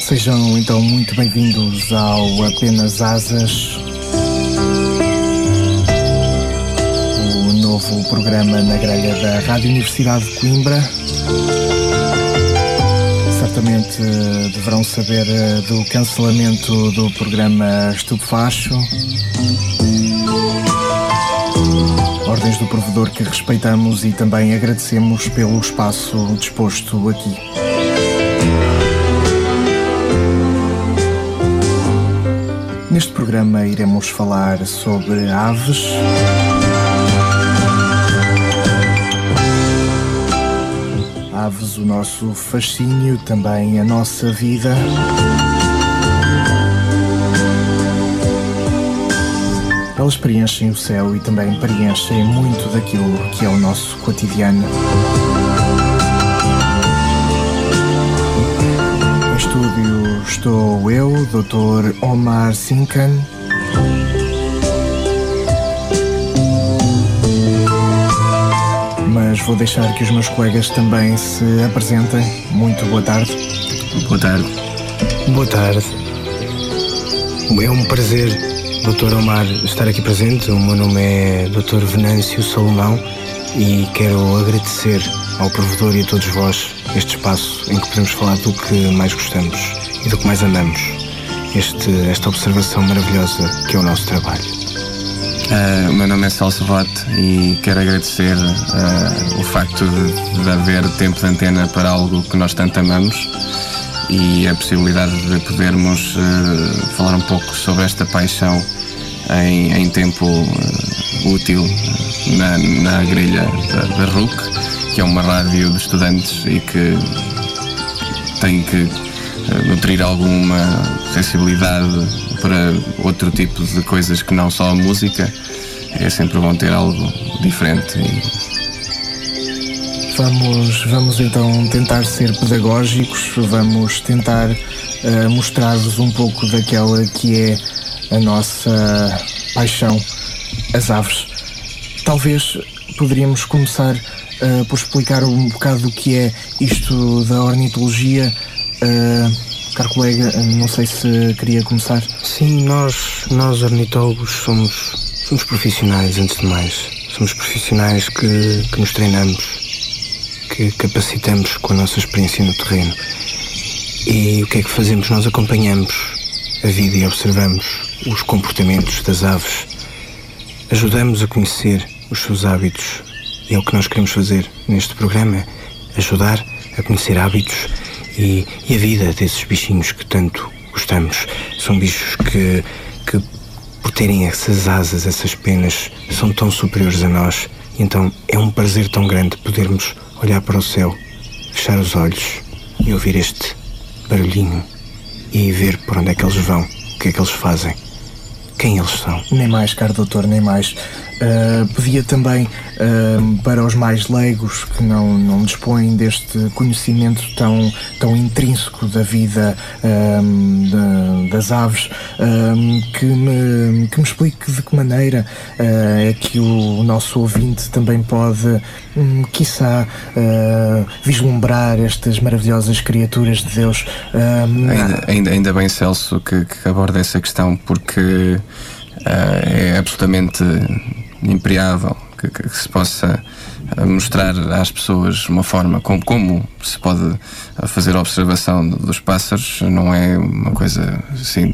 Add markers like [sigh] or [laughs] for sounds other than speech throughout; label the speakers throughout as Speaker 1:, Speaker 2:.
Speaker 1: Sejam então muito bem-vindos ao Apenas Asas, o novo programa na grelha da Rádio Universidade de Coimbra. Certamente eh, deverão saber eh, do cancelamento do programa Estupefacho. Ordens do provedor que respeitamos e também agradecemos pelo espaço disposto aqui. Neste programa iremos falar sobre aves. Aves, o nosso fascínio, também a nossa vida. Elas preenchem o céu e também preenchem muito daquilo que é o nosso cotidiano. estúdio estou eu, Dr. Omar Sinkan. Mas vou deixar que os meus colegas também se apresentem. Muito boa tarde.
Speaker 2: Boa tarde.
Speaker 3: Boa tarde. É um prazer, Dr. Omar, estar aqui presente. O meu nome é Dr. Venâncio Salomão e quero agradecer ao provedor e a todos vós este espaço em que podemos falar do que mais gostamos e do que mais amamos. Este, esta observação maravilhosa que é o nosso trabalho.
Speaker 2: Uh, o meu nome é Celso Vote e quero agradecer uh, o facto de, de, haver tempo de antena para algo que nós tanto amamos e a possibilidade de podermos uh, falar um pouco sobre esta paixão em, em tempo ah, útil ah, na, na grelha da, da RUC que é uma rádio de estudantes e que tem que eh, nutrir alguma sensibilidade para outro tipo de coisas que não só a música. É sempre bom ter algo diferente.
Speaker 1: Vamos, vamos então tentar ser pedagógicos, vamos tentar uh, mostrar-vos um pouco daquela que é a nossa paixão, as aves. Talvez poderíamos começar Uh, por explicar um bocado o que é isto da ornitologia. Uh, caro colega, não sei se queria começar.
Speaker 3: Sim, nós, nós ornitólogos somos, somos profissionais, antes de mais. Somos profissionais que, que nos treinamos, que capacitamos com a nossa experiência no terreno. E o que é que fazemos? Nós acompanhamos a vida e observamos os comportamentos das aves. Ajudamos a conhecer os seus hábitos, e é o que nós queremos fazer neste programa: ajudar a conhecer hábitos e, e, a vida desses bichinhos que tanto gostamos. São bichos que, que, por terem essas asas, essas penas, são tão superiores a nós. E então é um prazer tão grande podermos olhar para o céu, fechar os olhos e ouvir este barulhinho e ver por onde é que eles vão, o que é que eles fazem quem eles são.
Speaker 1: Nem mais, caro doutor, nem mais. Uh, pedia também uh, para os mais leigos que não, não dispõem deste conhecimento tão, tão intrínseco da vida uh, de, das aves eh, que, me, que me explique de que maneira é que o nosso ouvinte também pode, um, quiçá, eh, vislumbrar estas maravilhosas criaturas de Deus. Eh,
Speaker 2: Ainda, ainda, ainda, bem, Celso, que, que aborda essa questão, porque. Uh, é absolutamente impreável que, que, que, se possa ah, mostrar às pessoas uma forma como, como, se pode fazer a observação dos pássaros, não é uma coisa assim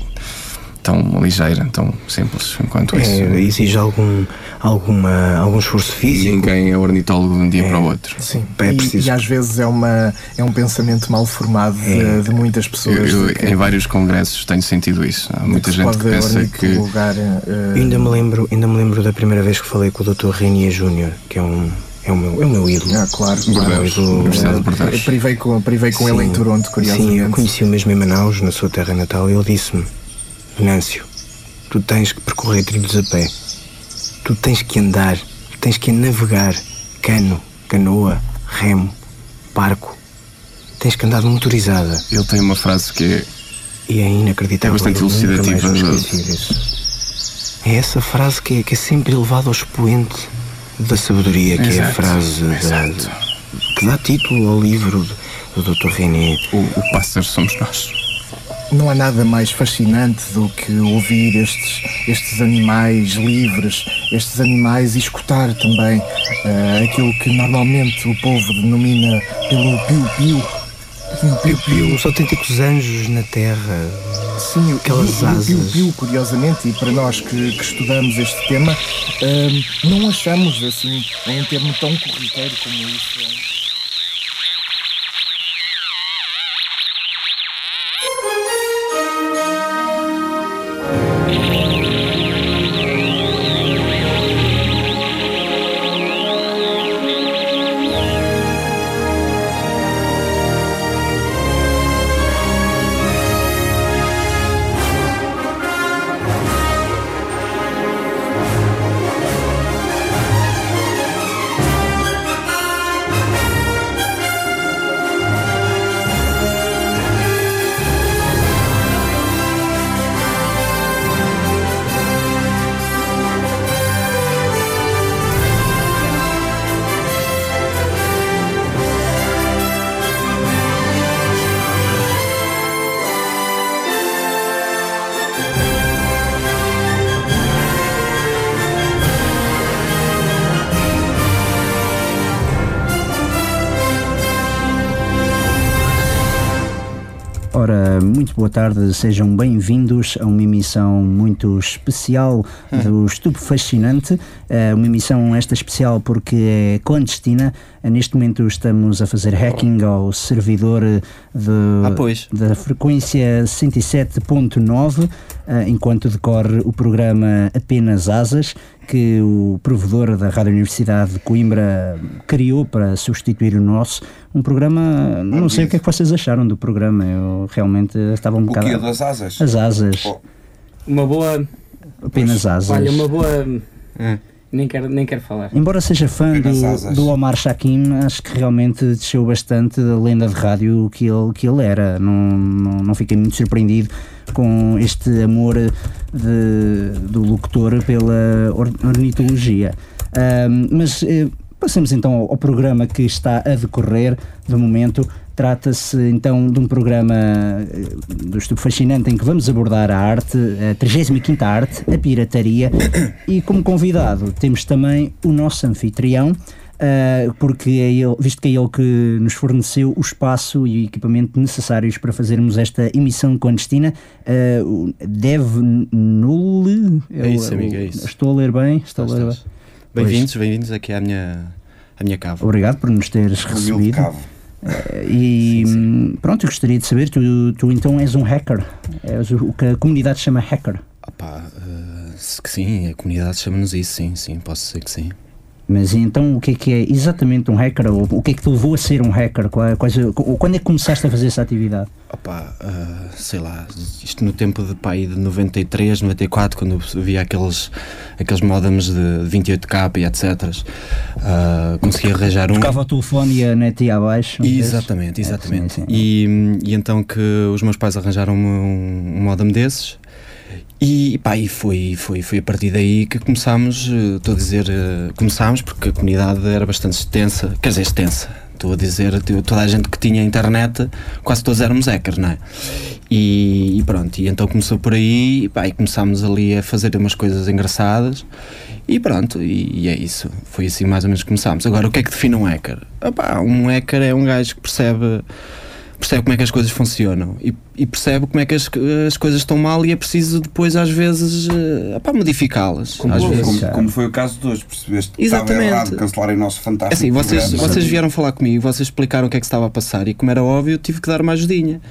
Speaker 2: tão ligeira, tão simples enquanto é, isso.
Speaker 3: Exige algum, alguma, algum esforço físico.
Speaker 2: Ninguém é ornitólogo de um dia é, para o outro.
Speaker 1: Sim, é preciso. E, e, às vezes é, uma, é um pensamento mal formado é. de, de, muitas pessoas.
Speaker 2: Eu, eu, que, em vários congressos tenho sentido isso. Há muita gente que pensa que. Lugar,
Speaker 1: eh,
Speaker 3: uh... ainda, me lembro, ainda me lembro da primeira vez que falei com o Dr. Renia Júnior, que é um é o meu, é o meu ídolo.
Speaker 1: Ah, claro.
Speaker 2: Bordeus, claro. Universidade de Bordeus.
Speaker 1: Privei com, privei com sim, ele em Toronto, curiosamente.
Speaker 3: Sim, eu conheci-o mesmo em Manaus, na sua terra natal, e ele disse-me: Venâncio, tu tens que percorrer trilhos a pé, tu tens que andar, tu tens que navegar, cano, canoa, remo, barco, tens que andar motorizada.
Speaker 2: Ele tem uma frase que é.
Speaker 3: E é inacreditável.
Speaker 2: É bastante elucidativa.
Speaker 3: É essa frase que é, que é sempre elevada ao expoente da sabedoria, que
Speaker 2: exato,
Speaker 3: é a frase
Speaker 2: exato.
Speaker 3: Da, que dá título ao livro do, do Dr. René.
Speaker 2: O, o pássaro somos nós.
Speaker 1: Não há nada mais fascinante do que ouvir estes, estes animais livres, estes animais e escutar também eh, aquilo que normalmente o povo denomina pelo piu-piu. Piu-piu-piu.
Speaker 3: Os autênticos anjos na Terra.
Speaker 1: Sim, o-
Speaker 3: Aquelas
Speaker 1: o- o
Speaker 3: asas.
Speaker 1: piu-piu, curiosamente, e para nós que, que estudamos este tema, ehm, não achamos assim um termo tão corriqueiro como isso.
Speaker 4: Ora, muito boa tarde, sejam bem-vindos a uma emissão muito especial
Speaker 5: Hum.
Speaker 4: do Estupo Fascinante. É uma emissão esta especial porque é clandestina. Eh, Neste momento estamos a fazer hacking ao servidor eh, de-
Speaker 5: Ah, pois.
Speaker 4: da frequência 107.9, eh, enquanto decorre o programa Apenas Asas, que o provedor da Rádio Universidade de Coimbra criou para substituir o nosso. Um programa, não sei o que é que vocês acharam do programa, eu realmente estava um
Speaker 6: O quê?
Speaker 4: bocado.
Speaker 6: Das asas?
Speaker 4: As asas,
Speaker 6: Oh.
Speaker 7: Uma boa.
Speaker 4: apenas asas.
Speaker 7: Olha, uma boa.
Speaker 5: É.
Speaker 7: Nem, quero, nem quero falar.
Speaker 4: Embora seja fã
Speaker 6: Apenas
Speaker 4: do,
Speaker 6: asas.
Speaker 4: do Omar Shakim, acho que realmente desceu bastante da lenda de rádio que ele, que ele era. Não, não, não fiquei muito surpreendido com este amor de- do locutor pela or- ornitologia. Ahm, mas eh, passemos então ao, ao programa que está a decorrer de momento. Trata-se então de um programa eh, do Estudo Fascinante em que vamos abordar a arte, a 35 arte, a pirataria, [coughs] e como convidado temos também o nosso anfitrião, ah, porque é ele, visto que é ele que nos forneceu o espaço e o equipamento necessários para fazermos esta emissão clandestina, ah, o Dev Null.
Speaker 5: É isso, amigo, é isso.
Speaker 4: Estou a ler bem? Estou a ler bem.
Speaker 5: Estás- Bem-vindos, bem-vindos aqui à minha, à minha cava.
Speaker 4: Obrigado por nos teres
Speaker 6: Humilde
Speaker 4: recebido. Ah,
Speaker 6: cavo.
Speaker 4: E hum, pronto, eu gostaria de saber, tu, tu então és um hacker, és o o que a comunidade chama hacker,
Speaker 5: Ah pá, eh, se que sim, a comunidade chama-nos isso, sim, sim, posso dizer que sim.
Speaker 4: mas e então o que é que é exatamente um hacker, ou o que é que te levou a ser um hacker, Qual- quais- qu- quando é que começaste a fazer essa atividade?
Speaker 5: Ah pá, eh, sei lá, isto no tempo de pai de 93, 94, quando eu via aqueles, aqueles modems de 28k e etc. eh, consegui arranjar um.
Speaker 4: Tocava o telefone e a net ia abaixo? um É,
Speaker 5: Exatamente, exatamente.
Speaker 4: sim, sim.
Speaker 5: E, e então que os meus pais arranjaram-me um, um modem desses e pá, e foi, foi, foi a partir daí que começámos, eh, estou a dizer, eh, começámos porque a comunidade era bastante extensa, quer dizer, extensa. Estou a dizer, t- toda a gente que tinha internet, quase todos éramos hackers, não é? E, e pronto, e então começou por aí, e, pá, e começámos ali a fazer umas coisas engraçadas, e pronto, e, e é isso. Foi assim mais ou menos que começámos. Agora, o que é que define um hacker? Ah pá, um hacker é um gajo que percebe percebe como é que as coisas funcionam e, e percebe como é que as, as coisas estão mal e é preciso depois às vezes eh, pá, modificá-las às
Speaker 6: Como,
Speaker 5: vezes.
Speaker 6: como, como foi o caso de hoje, percebeste que estava
Speaker 5: Exatamente.
Speaker 6: errado cancelarem o nosso
Speaker 5: É
Speaker 6: fantástico.
Speaker 5: assim, vocês,
Speaker 6: programa.
Speaker 5: vocês vieram falar comigo, vocês explicaram o que é que estava a passar e como era óbvio, eu tive que dar uma ajudinha.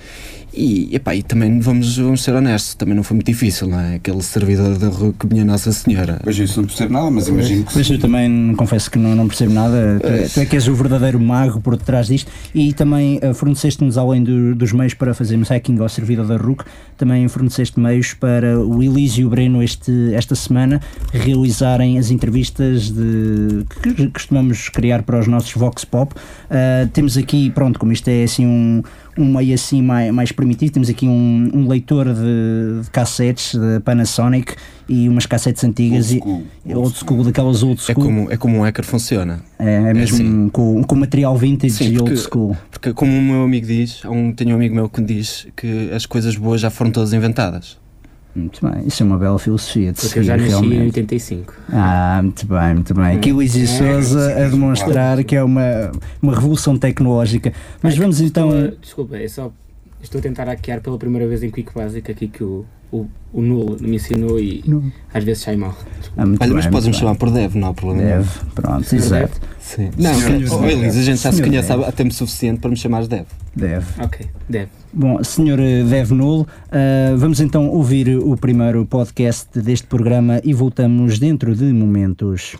Speaker 5: E, epá, e também vamos, vamos ser honestos, também não foi muito difícil, não é? Aquele servidor da rua que minha Nossa Senhora.
Speaker 6: Pois isso não percebo nada, mas imagino que.
Speaker 4: Mas eu também confesso que não, não percebo nada. Tu, tu é que és o verdadeiro mago por detrás disto e também eh, forneceste-nos, além do- dos meios para fazermos hacking ao servidor da RUC, também forneceste meios para o Elísio e o Breno este, esta semana realizarem as entrevistas de, Eh, que costumamos criar para os nossos Vox Pop. Ah, temos aqui, pronto, como isto é assim um um meio assim mais, mais primitivo. Temos aqui um, um leitor de, de cassetes da Panasonic e umas cassetes antigas
Speaker 6: Old school,
Speaker 4: e
Speaker 6: old
Speaker 4: É old school, daquelas old
Speaker 5: É
Speaker 4: school.
Speaker 5: como, é como um hacker funciona.
Speaker 4: É, é mesmo
Speaker 5: assim.
Speaker 4: com, com material vintage
Speaker 5: Sim,
Speaker 4: e old
Speaker 5: porque-
Speaker 4: school.
Speaker 5: Porque, como o meu amigo diz, há um, tenho um amigo meu que diz que as coisas boas já foram todas inventadas.
Speaker 4: Muito bem, isso é uma bela filosofia de
Speaker 7: Porque eu
Speaker 4: seguir
Speaker 7: já nasci em
Speaker 4: realmente.
Speaker 7: 85.
Speaker 4: Ah, muito bem, muito bem. Aqui o
Speaker 5: É,
Speaker 4: Izzy Souza a demonstrar que é uma, uma revolução tecnológica. Mas
Speaker 7: Ai,
Speaker 4: vamos então.
Speaker 7: Estou a- desculpa, é só. Estou a tentar hackear pela primeira vez em Quick Basic aqui que o, o, o Nulo me ensinou e às vezes sai mal.
Speaker 4: Ah, muito
Speaker 5: Olha,
Speaker 4: bem,
Speaker 5: mas
Speaker 4: muito
Speaker 5: podes-me
Speaker 4: bem.
Speaker 5: chamar por Dev, não há problema. nenhum.
Speaker 4: Deve, pronto, exato.
Speaker 5: Sim. Não, que- oh, Elis, a gente já se
Speaker 4: Senhor
Speaker 5: conhece
Speaker 4: Dev.
Speaker 5: há há tempo suficiente para me chamares Dev.
Speaker 4: Deve.
Speaker 7: Ok, deve.
Speaker 4: Bom, senhor eh, Dev Null, eh, vamos então ouvir o primeiro podcast deste programa e voltamos dentro de momentos.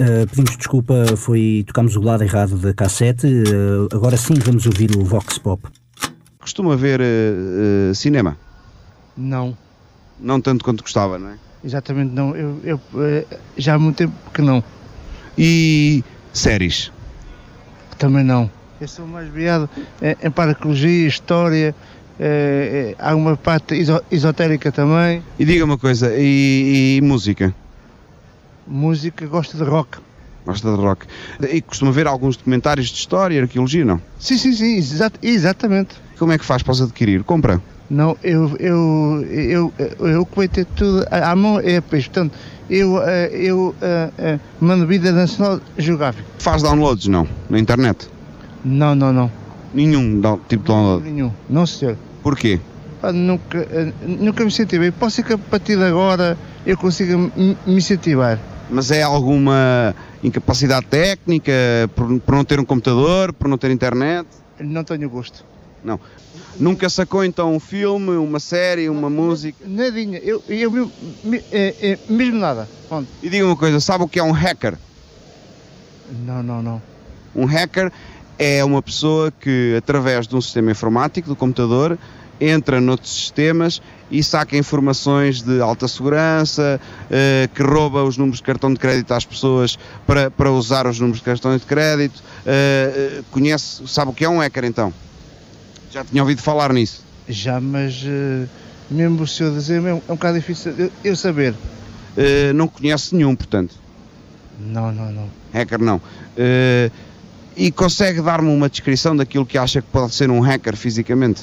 Speaker 4: Eh, pedimos desculpa, foi tocamos o lado errado da cassete. eh, agora sim vamos ouvir o Vox Pop.
Speaker 8: Costuma ver eh, eh, cinema?
Speaker 9: Não,
Speaker 8: Não tanto quanto gostava, não é?
Speaker 9: exatamente não. Eu, eu, eh, já há muito tempo que não,
Speaker 8: E séries?
Speaker 9: também não. Eu sou mais viado eh, em paracologia, história, eh, eh, há uma parte iso- esotérica também,
Speaker 8: E diga uma coisa, e, e música?
Speaker 9: música, gosto de rock.
Speaker 8: Gosta de rock? E costuma ver alguns documentários de história e arqueologia, não?
Speaker 9: Sim, sim, sim, exa- exatamente.
Speaker 8: Como é que faz para os adquirir? Compra?
Speaker 9: Não, eu, eu, eu, eu, eu coetei tudo à à mão, é peixe. Portanto, eu, eh, eu eh, eh, mando vida nacional geográfica.
Speaker 8: Faz downloads, não? Na internet?
Speaker 9: Não, não, não.
Speaker 8: Nenhum down- tipo de download.
Speaker 9: Nenhum, não senhor.
Speaker 8: Porquê?
Speaker 9: Pá, nunca, eh, nunca me senti bem. Pode ser que a partir de agora eu consiga m- me incentivar.
Speaker 8: Mas é alguma incapacidade técnica por, por não ter um computador, por não ter internet?
Speaker 9: Não tenho gosto.
Speaker 8: Nunca sacou então um filme, uma série, uma música?
Speaker 9: Nadinha, eu, eu mesmo, me- eh, eh, mesmo nada. Pronto.
Speaker 8: E diga uma coisa, sabe o que é um hacker?
Speaker 9: Não, não, não.
Speaker 8: Um hacker é uma pessoa que, através de um sistema informático, do computador, entra noutros sistemas e saca informações de alta segurança, eh, que rouba os números de cartão de crédito às pessoas para, para usar os números de cartão de crédito. Eh, eh, conhece, sabe o que é um hacker então? Já tinha ouvido falar nisso.
Speaker 9: Já, mas eh, mesmo o senhor dizer, mesmo, é um bocado difícil eu, eu saber.
Speaker 8: Eh, não conhece nenhum, portanto.
Speaker 9: Não, não, não.
Speaker 8: Hacker não. Eh, e consegue dar-me uma descrição daquilo que acha que pode ser um hacker fisicamente?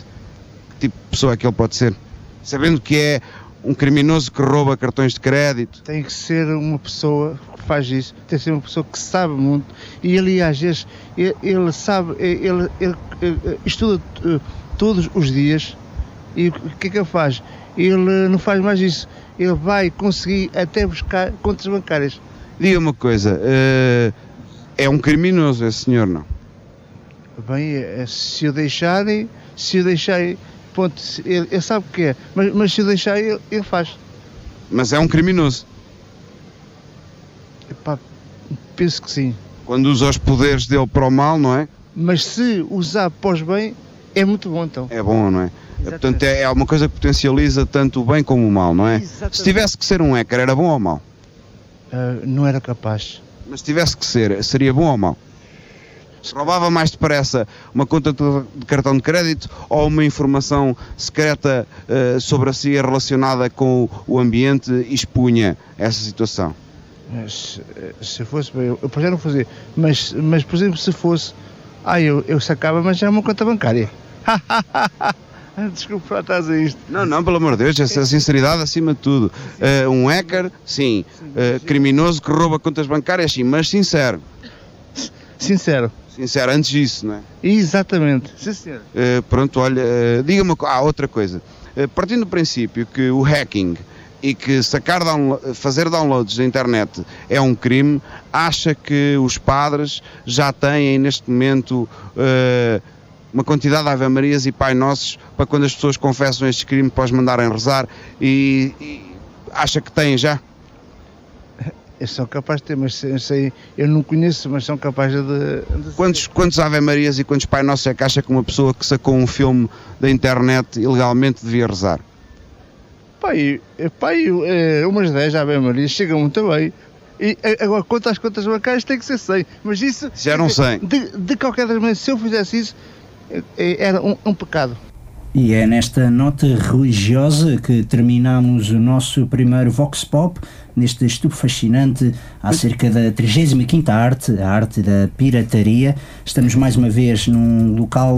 Speaker 8: Que tipo de pessoa é que ele pode ser? Sabendo que é um criminoso que rouba cartões de crédito.
Speaker 9: Tem que ser uma pessoa que faz isso. Tem que ser uma pessoa que sabe muito. E ele, às vezes, ele, ele sabe, ele, ele, ele estuda eh, todos os dias. E o que é que ele faz? Ele não faz mais isso. Ele vai conseguir até buscar contas bancárias.
Speaker 8: Diga uma coisa, eh, é um criminoso esse senhor, não?
Speaker 9: Bem, eh, se o deixarem, se o deixarem, ponto, se- ele, ele sabe o que é, mas, mas se o deixarem, ele, ele faz.
Speaker 8: Mas é um criminoso.
Speaker 9: Epá, penso que sim.
Speaker 8: Quando usa os poderes dele para o mal, não é?
Speaker 9: Mas se usar pós bem, é muito bom então.
Speaker 8: É bom, não é?
Speaker 9: Exatamente.
Speaker 8: Portanto, é é uma coisa que potencializa tanto o bem como o mal, não é?
Speaker 9: Exatamente.
Speaker 8: Se tivesse que ser um hacker, era bom ou mau?
Speaker 9: Ah, não era capaz.
Speaker 8: Mas se tivesse que ser, seria bom ou mau? Se roubava mais depressa uma conta de cartão de crédito ou uma informação secreta eh, sobre a CIA relacionada com o ambiente e expunha essa situação?
Speaker 9: Mas, eh, se fosse bem, eu, eu por já não fazia. Mas, mas por exemplo, se fosse, ah, eu, eu sacava, mas já é uma conta bancária. [laughs] Ah, Desculpa, lá estás a isto.
Speaker 8: Não, não, pelo amor de Deus, essa sinceridade acima de tudo. Eh, um hacker, sim. Eh, criminoso que rouba contas bancárias, sim, mas sincero.
Speaker 9: Sincero.
Speaker 8: Sincero, antes disso, não é?
Speaker 9: Exatamente. Sim, senhor.
Speaker 8: Uh, pronto, olha, uh, diga-me uma co- ah, outra coisa. Uh, partindo do princípio que o hacking e que sacar downlo- fazer downloads da internet é um crime, acha que os padres já têm neste momento uh, uma quantidade de Ave Marias e Pai Nossos para quando as pessoas confessam este crime para os mandarem rezar e, e acha que têm já?
Speaker 9: Eles são capazes de ter, mas sei, sei- eu não conheço, mas são capazes de. de-
Speaker 8: Quantos, quantos Ave Marias e quantos Pai Nossos é que acha que uma pessoa que sacou um filme da internet ilegalmente devia rezar?
Speaker 9: é, Pai, eh, pai eh, umas 10 Ave Maria chega muito bem. E, a- agora, quanto às contas bancárias, tem que ser 100. Mas isso.
Speaker 10: Já eram 100.
Speaker 9: De, de qualquer maneira, se eu fizesse isso, eh, eh, era um, um pecado.
Speaker 4: E é nesta nota religiosa que terminamos o nosso primeiro Vox Pop, neste estudo fascinante acerca da 35ª arte, a arte da pirataria. Estamos mais uma vez num local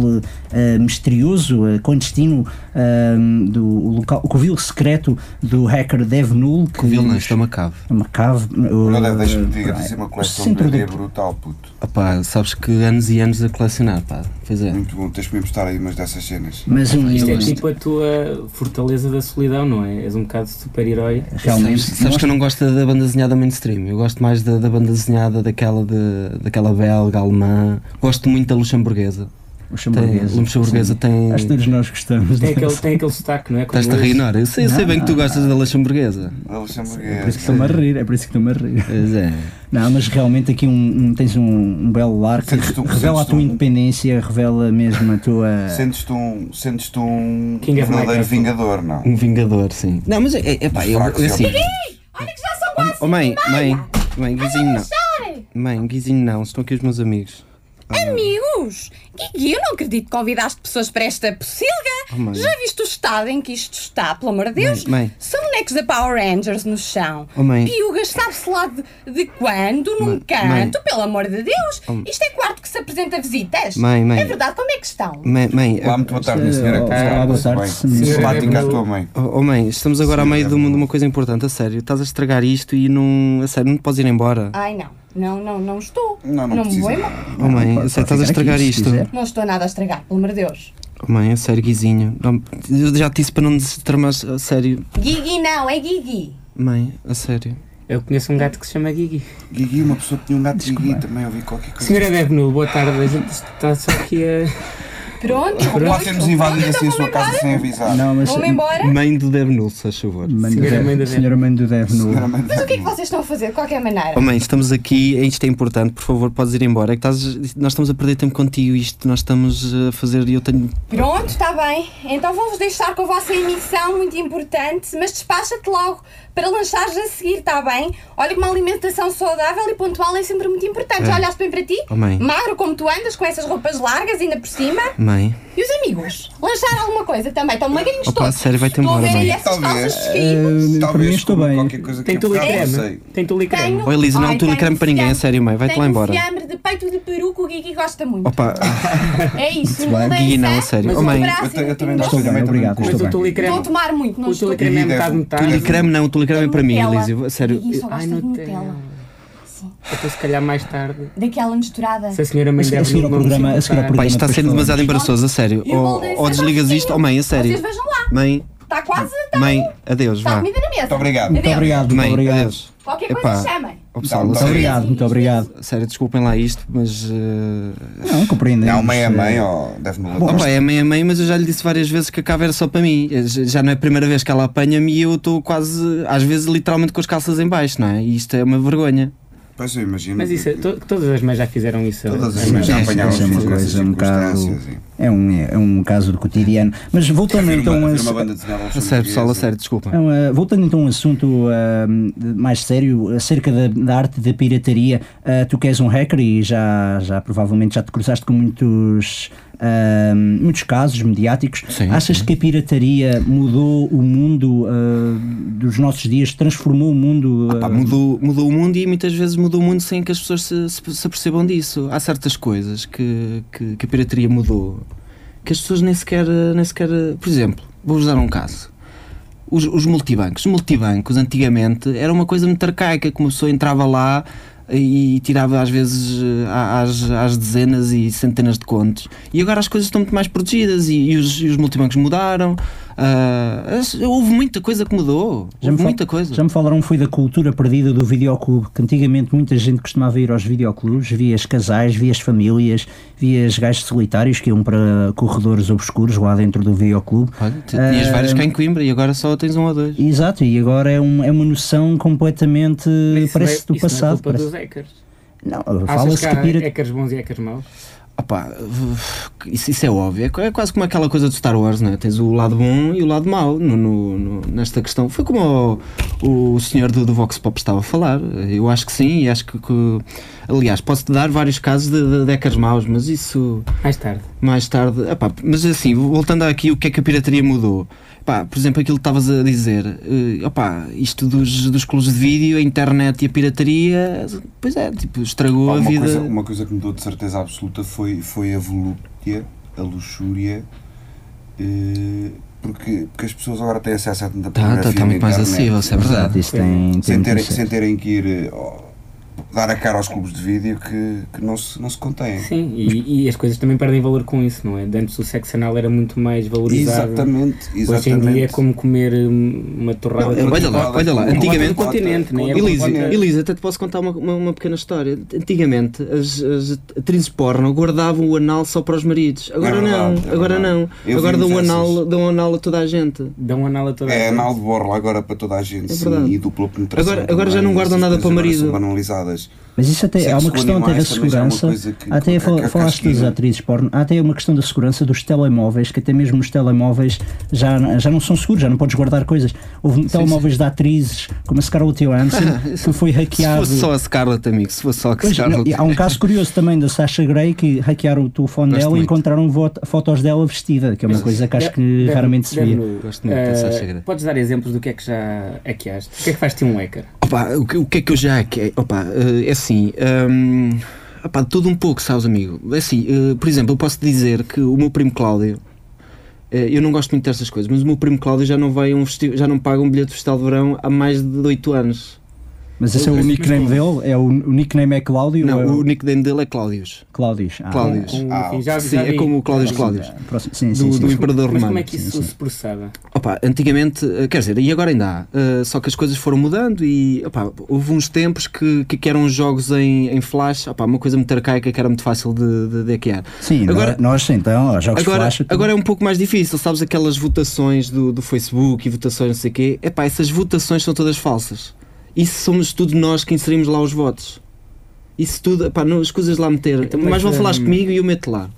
Speaker 4: eh, misterioso, eh, clandestino, eh, do o local, o covil secreto do hacker Dev Null. que-
Speaker 5: Covil não, isto é uma cave.
Speaker 4: É uma cave.
Speaker 5: Hum,
Speaker 8: Agora
Speaker 4: eh,
Speaker 8: deixa-me dizer,
Speaker 4: eh,
Speaker 6: assim
Speaker 8: dizer uma
Speaker 4: o
Speaker 8: coleção de
Speaker 4: centro do-
Speaker 6: é
Speaker 8: BD brutal, puto.
Speaker 5: Opá, sabes que anos e anos a colecionar, pá. Pois é.
Speaker 8: Muito bom, tens que me emprestar aí umas dessas cenas.
Speaker 4: Mas um,
Speaker 7: Isto é
Speaker 4: um-
Speaker 7: tipo a tua fortaleza da solidão, não é? És um bocado super-herói.
Speaker 4: realmente.
Speaker 5: Sabes, sabes que eu não gosto da banda desenhada mainstream, eu gosto mais da, da banda desenhada daquela, de, daquela belga, alemã, gosto muito da luxemburguesa. Tem,
Speaker 4: luxemburguesa.
Speaker 5: luxemburguesa tem.
Speaker 4: Acho que todos nós gostamos.
Speaker 7: Tem É aquele, tem aquele sotaque, não é? Como
Speaker 5: Estás-te a
Speaker 7: esse.
Speaker 5: rir, não é? Eu sei, eu sei bem que tu gostas da luxemburguesa.
Speaker 8: Da
Speaker 4: É Ah. por isso que
Speaker 8: luxemburguesa.
Speaker 4: estou-me a rir, é por isso que estou-me a rir.
Speaker 5: Pois é.
Speaker 4: Não, mas realmente aqui um, um- tens um, um belo lar que
Speaker 8: Sentes tu-
Speaker 4: revela a
Speaker 8: sentes
Speaker 4: tua
Speaker 8: tu-
Speaker 4: independência, revela mesmo a tua.
Speaker 8: um- Sentes-te um, sentes um
Speaker 7: King
Speaker 8: verdadeiro
Speaker 7: of Minecraft.
Speaker 8: vingador, não?
Speaker 5: Um vingador, sim. Não, mas é, é é pá, eu,
Speaker 8: Fracos
Speaker 5: eu
Speaker 8: e
Speaker 5: assim.
Speaker 8: homens.
Speaker 5: Oh, oh, mãe, mãe, mãe, guizinho não. Mãe, guizinho não, estão aqui os meus amigos.
Speaker 6: Amigos, Gigi, eu não acredito que convidaste pessoas para esta pocilga.
Speaker 5: Oh, mãe.
Speaker 6: Já viste o estado em que isto está, pelo amor de Deus?
Speaker 5: mãe.
Speaker 6: São bonecos da Power Rangers no chão.
Speaker 5: Oh, mãe.
Speaker 6: Piugas, sabe-se lá de, de quando, num
Speaker 5: Mãe,
Speaker 6: canto,
Speaker 5: mãe.
Speaker 6: pelo amor de Deus. Isto é quarto que se apresenta a visitas.
Speaker 5: Mãe, mãe.
Speaker 6: É verdade, como é que estão?
Speaker 5: Mãe, mãe, eh,
Speaker 8: Lá, muito boa tarde, minha senhora.
Speaker 4: Olá, boa tarde, senhora.
Speaker 8: Simpática à tua mãe. é
Speaker 5: oh, oh, mãe, estamos agora a meio de uma, de uma coisa importante, a sério. Estás a estragar isto e não. A sério, não te podes ir embora.
Speaker 7: Ah.
Speaker 6: Ai não, não, não, não estou.
Speaker 8: Não, não
Speaker 6: me vou
Speaker 8: precisa.
Speaker 6: embora.
Speaker 5: Oh, mãe, a sério, estás a
Speaker 4: ficar
Speaker 5: estragar
Speaker 4: aqui, se
Speaker 5: isto.
Speaker 4: quiser.
Speaker 6: Não estou nada a estragar, pelo amor de Deus.
Speaker 5: Oh, mãe, a sério, guizinho. Não, eu já te disse para não destramares. A sério,
Speaker 6: Gigi não, é Gigi.
Speaker 5: mãe, a sério.
Speaker 7: Eu conheço um gato que se chama Gigi.
Speaker 8: Gigi, uma pessoa que tinha um gato Gigi, também ouvi qualquer coisa.
Speaker 7: Senhora Devnu, boa tarde. A gente está só aqui a.
Speaker 6: Pronto,
Speaker 5: [laughs]
Speaker 8: Lá temos invadido assim a sua casa sem avisar.
Speaker 4: Não, mas.
Speaker 6: vou-me embora.
Speaker 5: Mãe do Devnul, se faz favor.
Speaker 4: Mãe do
Speaker 7: Senhora
Speaker 4: Dev-
Speaker 7: mãe do Dev.
Speaker 4: Senhora mãe do Dev no.
Speaker 8: Senhora mãe,
Speaker 6: Mas o que é que vocês estão a fazer, de qualquer maneira?
Speaker 5: Oh, mãe, estamos aqui, isto é importante, por favor, podes ir embora. É que estás, nós estamos a perder tempo contigo, isto nós estamos a fazer e eu tenho.
Speaker 6: Pronto, está bem. Então vou-vos deixar com a vossa emissão muito importante, mas despacha-te logo para lanchares a seguir, está bem? Olha que uma alimentação saudável e pontual é sempre muito importante. Já olhaste bem para ti?
Speaker 5: Oh, mãe.
Speaker 6: Magro como tu andas, com essas roupas largas ainda por cima.
Speaker 5: Mãe,
Speaker 6: E os amigos? Lanchar alguma coisa também. Estão magrinhos
Speaker 5: Opa,
Speaker 6: todos.
Speaker 5: sério, vai-te
Speaker 6: Estou a
Speaker 5: embora,
Speaker 6: ver aí
Speaker 5: mãe.
Speaker 6: essas
Speaker 8: Talvez.
Speaker 6: calças de frio.
Speaker 4: Eh, para mim estou
Speaker 8: como
Speaker 4: bem.
Speaker 8: Qualquer coisa que
Speaker 7: Tem
Speaker 8: eu
Speaker 7: tudo
Speaker 8: bocado, não
Speaker 7: creme.
Speaker 8: sei.
Speaker 7: Tem tudo creme.
Speaker 5: Oh, Elisa, não há tulicreme
Speaker 6: tenho
Speaker 5: para ninguém,
Speaker 6: fiambre.
Speaker 5: a sério, mãe, vai-te lá
Speaker 6: Tenho
Speaker 5: embora.
Speaker 6: fiambre de peito de peru que o Gigi gosta muito.
Speaker 5: opa,
Speaker 4: [laughs]
Speaker 6: É isso.
Speaker 4: bem.
Speaker 6: um
Speaker 5: Ah, Gui, não,
Speaker 6: beijão,
Speaker 5: a sério.
Speaker 6: um
Speaker 5: Oh, mãe,
Speaker 6: abraço
Speaker 8: Eu, te- eu também
Speaker 6: e um
Speaker 8: gosto
Speaker 4: é Estou
Speaker 8: também,
Speaker 4: bem,
Speaker 8: também
Speaker 4: obrigado,
Speaker 8: curto.
Speaker 7: Mas
Speaker 4: estou
Speaker 7: o
Speaker 6: Vou
Speaker 4: bem.
Speaker 7: Tulicreme.
Speaker 6: tomar muito, não
Speaker 7: O
Speaker 6: estou.
Speaker 7: Tulicreme é
Speaker 8: Gigi,
Speaker 7: metade,
Speaker 8: deve-
Speaker 7: metade.
Speaker 5: tulicreme um não, tulicreme é para mim,
Speaker 6: Nutella.
Speaker 5: Elisa, a sério.
Speaker 6: Gigi só
Speaker 7: Ai,
Speaker 6: gosta de
Speaker 7: Nutella.
Speaker 6: Nutella.
Speaker 7: Até Então, se calhar mais tarde.
Speaker 6: Daquela misturada.
Speaker 7: Se a senhora mãe
Speaker 4: A seguir- a seguir
Speaker 7: Devnu não
Speaker 4: ao
Speaker 7: se
Speaker 4: programa- a
Speaker 7: importar.
Speaker 4: seguir ao
Speaker 5: Pá,
Speaker 4: programa.
Speaker 5: isto está
Speaker 4: depois
Speaker 5: sendo
Speaker 4: falamos.
Speaker 5: demasiado embaraçoso, a sério.
Speaker 6: E o
Speaker 5: Ou
Speaker 6: Golden
Speaker 5: ou
Speaker 6: Star
Speaker 5: desligas isto, oh mãe, a sério.
Speaker 6: assim, Vocês vejam lá. Tá
Speaker 5: Mãe,
Speaker 6: Está quase. Está
Speaker 5: mãe, adeus,
Speaker 6: tá
Speaker 5: vá.
Speaker 6: comida na mesa.
Speaker 8: Muito obrigado.
Speaker 6: Adeus.
Speaker 4: Muito obrigado, muito
Speaker 5: Mãe,
Speaker 4: obrigado.
Speaker 5: adeus.
Speaker 6: Qualquer
Speaker 5: Epá.
Speaker 6: coisa chamem.
Speaker 5: Oh,
Speaker 8: Tá,
Speaker 5: pessoal, a
Speaker 8: tá.
Speaker 5: sério,
Speaker 4: Obrigado, muito obrigado.
Speaker 5: a sério, desculpem lá isto, mas. eh,
Speaker 4: Não, compreendemos.
Speaker 8: Não, mãe é mãe,
Speaker 4: eh,
Speaker 8: ó, deve-me
Speaker 4: Bom,
Speaker 5: Opa, é meia meia, mas eu já lhe disse várias vezes que a cava era só para mim. Já já não é a primeira vez que ela apanha-me e eu estou quase, às vezes, literalmente com as calças em baixo, não é? E isto é uma vergonha.
Speaker 8: Pois eu imagino.
Speaker 7: Mas isso, é-
Speaker 8: que-
Speaker 7: to- todas as mães já fizeram Então, isso.
Speaker 8: Todas as
Speaker 7: As
Speaker 8: mães já
Speaker 4: Sim,
Speaker 8: apanharam
Speaker 4: sim,
Speaker 8: filhos
Speaker 4: sim,
Speaker 8: nessas
Speaker 4: coisa um bocado-
Speaker 8: circunstâncias. e-
Speaker 4: É um, é um caso do cotidiano. Mas voltando
Speaker 8: Ver
Speaker 4: então
Speaker 8: uma-
Speaker 4: a.
Speaker 8: ver uma banda desenhada
Speaker 5: A sério, pessoal, a
Speaker 8: luxemburguesa.
Speaker 5: sério, desculpa.
Speaker 4: Então, eh, voltando então a um assunto ahm, de- mais sério, acerca da, da arte da pirataria, eh, tu que és um hacker e já, já provavelmente já te cruzaste com muitos, ahm, muitos casos mediáticos,
Speaker 5: Sim,
Speaker 4: achas que a pirataria mudou o mundo ah, dos nossos dias, transformou o mundo?
Speaker 5: Pá,
Speaker 4: ah,
Speaker 5: mudou, mudou o mundo e muitas vezes mudou o mundo sem que as pessoas se, se, se apercebam disso. Há certas coisas que, que, que a pirataria mudou que as pessoas nem sequer. Nem sequer por exemplo, vou-vos dar um caso. Os, os multibancos. Os multibancos antigamente era uma coisa muito arcaica, que uma pessoa entrava lá e tirava às vezes eh, às, às dezenas e centenas de contos. E agora as coisas estão muito mais protegidas e, e os, e os multibancos mudaram. Ah, as- houve muita coisa que mudou.
Speaker 4: Já me
Speaker 5: Houve
Speaker 4: fal-
Speaker 5: muita coisa.
Speaker 4: Já me falaram foi da cultura perdida do videoclube, que antigamente muita gente costumava ir aos videoclubes, via as casais, via as famílias, via os gajos solitários que iam para corredores obscuros lá dentro do videoclube.
Speaker 5: Olha, tu tinhas
Speaker 4: Ah,
Speaker 5: vários cá em Coimbra e agora só tens um ou dois.
Speaker 4: Exato, e agora é, um, é uma noção completamente.
Speaker 7: Mas isso
Speaker 4: parece
Speaker 7: não é-
Speaker 4: do
Speaker 7: isso
Speaker 4: passado.
Speaker 7: Não, é culpa
Speaker 4: parece-
Speaker 7: dos hackers.
Speaker 4: Não,
Speaker 7: Achas
Speaker 4: fala-se
Speaker 7: que
Speaker 4: que
Speaker 7: há
Speaker 4: pira...
Speaker 7: hackers bons e hackers maus?
Speaker 5: opá, isso, isso é óbvio. É qu- É quase como aquela coisa do Star Wars, não é? Tens o lado bom e o lado mau no- no- no- nesta questão. Foi como o, o senhor do, do Vox Pop estava a falar. Eu acho que sim, e acho que. que- aliás, posso-te dar vários casos de, de decas maus, mas isso.
Speaker 7: Mais tarde.
Speaker 5: Mais tarde. Epá, mas assim, voltando aqui, o que é que a pirataria mudou? Epá, por exemplo, aquilo que estavas a dizer, eh, opá, isto dos, dos clubes de vídeo, a internet e a pirataria, pois é, tipo, estragou
Speaker 6: Pá,
Speaker 5: a
Speaker 6: uma,
Speaker 5: vida.
Speaker 6: coisa, uma coisa que me deu de certeza absoluta foi, foi a volúpia, a luxúria, eh, porque, porque as pessoas agora têm acesso a
Speaker 5: Tá,
Speaker 6: tanta
Speaker 5: tá,
Speaker 6: pornografia
Speaker 5: tá
Speaker 6: na
Speaker 5: muito mais
Speaker 6: internet.
Speaker 5: acessível, isso é verdade. Isto tem- tem
Speaker 6: sem, terem,
Speaker 5: muito
Speaker 6: sem terem que ir eh, ao- dar a cara aos clubes de vídeo que, que não, se, não se contêm.
Speaker 7: Sim, e, e as coisas também perdem valor com isso, não é? De Antes o sexo anal era muito mais valorizado.
Speaker 6: Exatamente,
Speaker 7: Hoje em dia é
Speaker 6: exatamente.
Speaker 7: como comer hum, uma torrada.
Speaker 5: Não,
Speaker 7: de
Speaker 5: olha lá,
Speaker 7: batata.
Speaker 5: olha lá,
Speaker 7: Não,
Speaker 5: antigamente.
Speaker 7: é um continente, não é? É um
Speaker 5: Elisa,
Speaker 7: continente.
Speaker 5: Elisa, até te posso contar uma, uma, uma pequena história. Antigamente as, as atrizes porno guardavam o anal só para os maridos. Agora
Speaker 7: É
Speaker 5: não,
Speaker 7: verdade, é
Speaker 5: agora
Speaker 7: verdade.
Speaker 5: não.
Speaker 7: Eu
Speaker 5: agora
Speaker 7: vi
Speaker 5: dão
Speaker 7: essas.
Speaker 5: anal, dão anal a toda a gente.
Speaker 7: Dão anal a toda
Speaker 6: É anal de borla agora para toda a gente,
Speaker 5: É
Speaker 6: sim,
Speaker 5: verdade.
Speaker 6: e dupla penetração.
Speaker 5: Agora- agora
Speaker 6: também,
Speaker 5: já não
Speaker 6: essas
Speaker 5: guardam nada
Speaker 6: coisas
Speaker 5: para o
Speaker 6: agora são
Speaker 5: marido.
Speaker 6: banalizadas.
Speaker 4: Mas isso até
Speaker 6: Sexo
Speaker 4: é uma
Speaker 6: com
Speaker 4: questão até da
Speaker 6: animais também já é uma
Speaker 4: segurança.
Speaker 6: coisa que-
Speaker 4: até
Speaker 6: que-
Speaker 4: fal-
Speaker 6: que- que-
Speaker 4: falaste
Speaker 6: que-
Speaker 4: das
Speaker 5: é?
Speaker 4: atrizes porno, há até uma questão da segurança dos telemóveis, que até mesmo os telemóveis já, já não são seguros, já não podes guardar coisas. Houve telemóveis de atrizes, como a Scarlett
Speaker 5: [laughs]
Speaker 4: Johansson, que foi hackeado.
Speaker 5: Se fosse só a Scarlett, amigo, se fosse só a
Speaker 4: Pois,
Speaker 5: Scarlett.
Speaker 4: não, e há um caso curioso também da Sasha Grey que hackearam o telefone
Speaker 5: Gosto
Speaker 4: dela e
Speaker 5: muito.
Speaker 4: encontraram vo- fotos dela vestida, que é uma coisa que acho que
Speaker 7: Deve-
Speaker 4: raramente se
Speaker 7: deve
Speaker 4: via.
Speaker 7: no- Eh, Podes dar exemplos do que é que já hackeaste? O que é que faz-te um hacker?
Speaker 5: Opa, o que, o que é que eu já que Opa, eh, é assim. hum, opa, de tudo um pouco, sabes, amigo? É assim, eh, por exemplo, eu posso dizer que o meu primo Cláudio. eh, Eu não gosto muito destas coisas, mas o meu primo Cláudio já não vai a um festi- já não paga um bilhete de festival de verão há mais de 8 anos.
Speaker 4: Mas esse é o nickname dele? É o, o nickname é Cláudio?
Speaker 5: Não,
Speaker 4: ou é
Speaker 5: o nickname dele é Cláudios.
Speaker 4: Cláudios. Ah,
Speaker 5: Cláudios.
Speaker 4: Com- com- enfim, já-
Speaker 5: sim,
Speaker 4: já
Speaker 5: é
Speaker 4: vi.
Speaker 5: como o Cláudios Cláudios.
Speaker 4: Próximo- sim,
Speaker 5: do,
Speaker 4: sim, sim.
Speaker 5: do Imperador
Speaker 7: Ah, Mas
Speaker 5: Romano.
Speaker 7: como é que isso se processava?
Speaker 5: Opa, antigamente, eh, quer dizer, e agora ainda há, eh, só que as coisas foram mudando e opa, houve uns tempos que, que, que eram jogos em, em flash, opa, uma coisa muito arcaica que era muito fácil de, de, de hackear.
Speaker 4: Sim,
Speaker 5: agora,
Speaker 4: agora, nós então, ó, jogos
Speaker 5: agora,
Speaker 4: flash.
Speaker 5: agora é um pouco mais difícil, sabes? Aquelas votações do, do Facebook e votações não sei o quê, epá, essas votações são todas falsas. Isso somos tudo nós que inserimos lá os votos. Isso tudo, epá, não, as coisas lá meter.
Speaker 7: também
Speaker 5: mas vão
Speaker 7: que,
Speaker 5: falares
Speaker 7: hum,
Speaker 5: comigo e eu meto lá.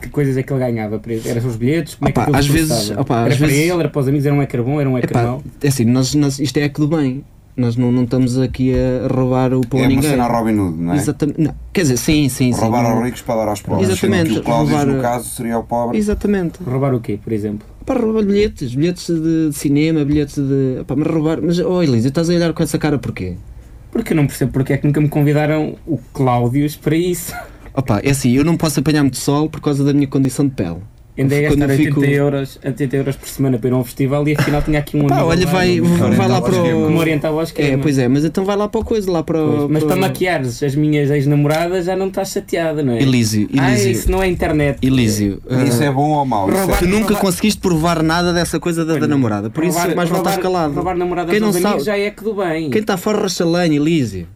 Speaker 7: Que coisas é que ele ganhava? para ele? Eram os bilhetes? Como é que
Speaker 5: Opa,
Speaker 7: aquilo
Speaker 5: às
Speaker 7: se
Speaker 5: vezes-
Speaker 7: processava?
Speaker 5: opa,
Speaker 7: Era
Speaker 5: às
Speaker 7: para
Speaker 5: vezes-
Speaker 7: ele, era para os amigos, era um hacker bom, era um hacker
Speaker 5: Epá,
Speaker 7: mau?
Speaker 5: é assim, nós, nós- isto é que do bem. Nós não, não estamos aqui a roubar o pão
Speaker 6: É
Speaker 5: a
Speaker 6: uma
Speaker 5: ninguém.
Speaker 6: cena Robin Hood, não é?
Speaker 5: Exatamente. Não, quer dizer, sim, sim. sim.
Speaker 6: Roubar aos ricos para dar aos pobres.
Speaker 5: Exatamente,
Speaker 6: Sendo que O Cláudio,
Speaker 5: roubar-
Speaker 6: no caso, seria o pobre.
Speaker 5: Exatamente.
Speaker 7: Roubar o quê, por exemplo?
Speaker 5: Para roubar bilhetes, bilhetes de, de cinema, bilhetes de. Epá, mas roubar. Mas, oh Elisa, estás a olhar com essa cara porquê?
Speaker 7: Porque eu não percebo porque é que nunca me convidaram o Cláudios para isso.
Speaker 5: Opa, é assim, eu não posso apanhar muito sol por causa da minha condição de pele.
Speaker 7: Ainda ia
Speaker 5: Quando
Speaker 7: gastar
Speaker 5: eu
Speaker 7: 80,
Speaker 5: fico-
Speaker 7: euros, 80 euros por semana para ir a um festival e afinal tinha aqui um
Speaker 5: Pá,
Speaker 7: amigo
Speaker 5: olha,
Speaker 7: lá,
Speaker 5: vai,
Speaker 7: um amigo
Speaker 5: vai, lá para
Speaker 4: é
Speaker 5: o.
Speaker 7: que me orientava ao esquema.
Speaker 5: É, pois é, mas então vai lá para o coisa, lá para o.
Speaker 7: Pois, mas
Speaker 5: para
Speaker 7: para
Speaker 5: o-
Speaker 7: maquiares as minhas ex-namoradas já não estás chateada, não é?
Speaker 5: Elísio,
Speaker 7: Ah,
Speaker 5: Elísio.
Speaker 7: isso não é internet.
Speaker 5: Elísio,
Speaker 7: Isso
Speaker 5: ah,
Speaker 7: é bom ou mau? Isso é-
Speaker 5: Tu nunca conseguiste provar nada dessa coisa da, da namorada, por isso mais vale estar calado.
Speaker 7: Roubar namoradas
Speaker 5: Quem não
Speaker 7: aos amigos
Speaker 5: sabe-
Speaker 7: já é que do bem.
Speaker 5: Quem tá- está fora rachalém, Elísio?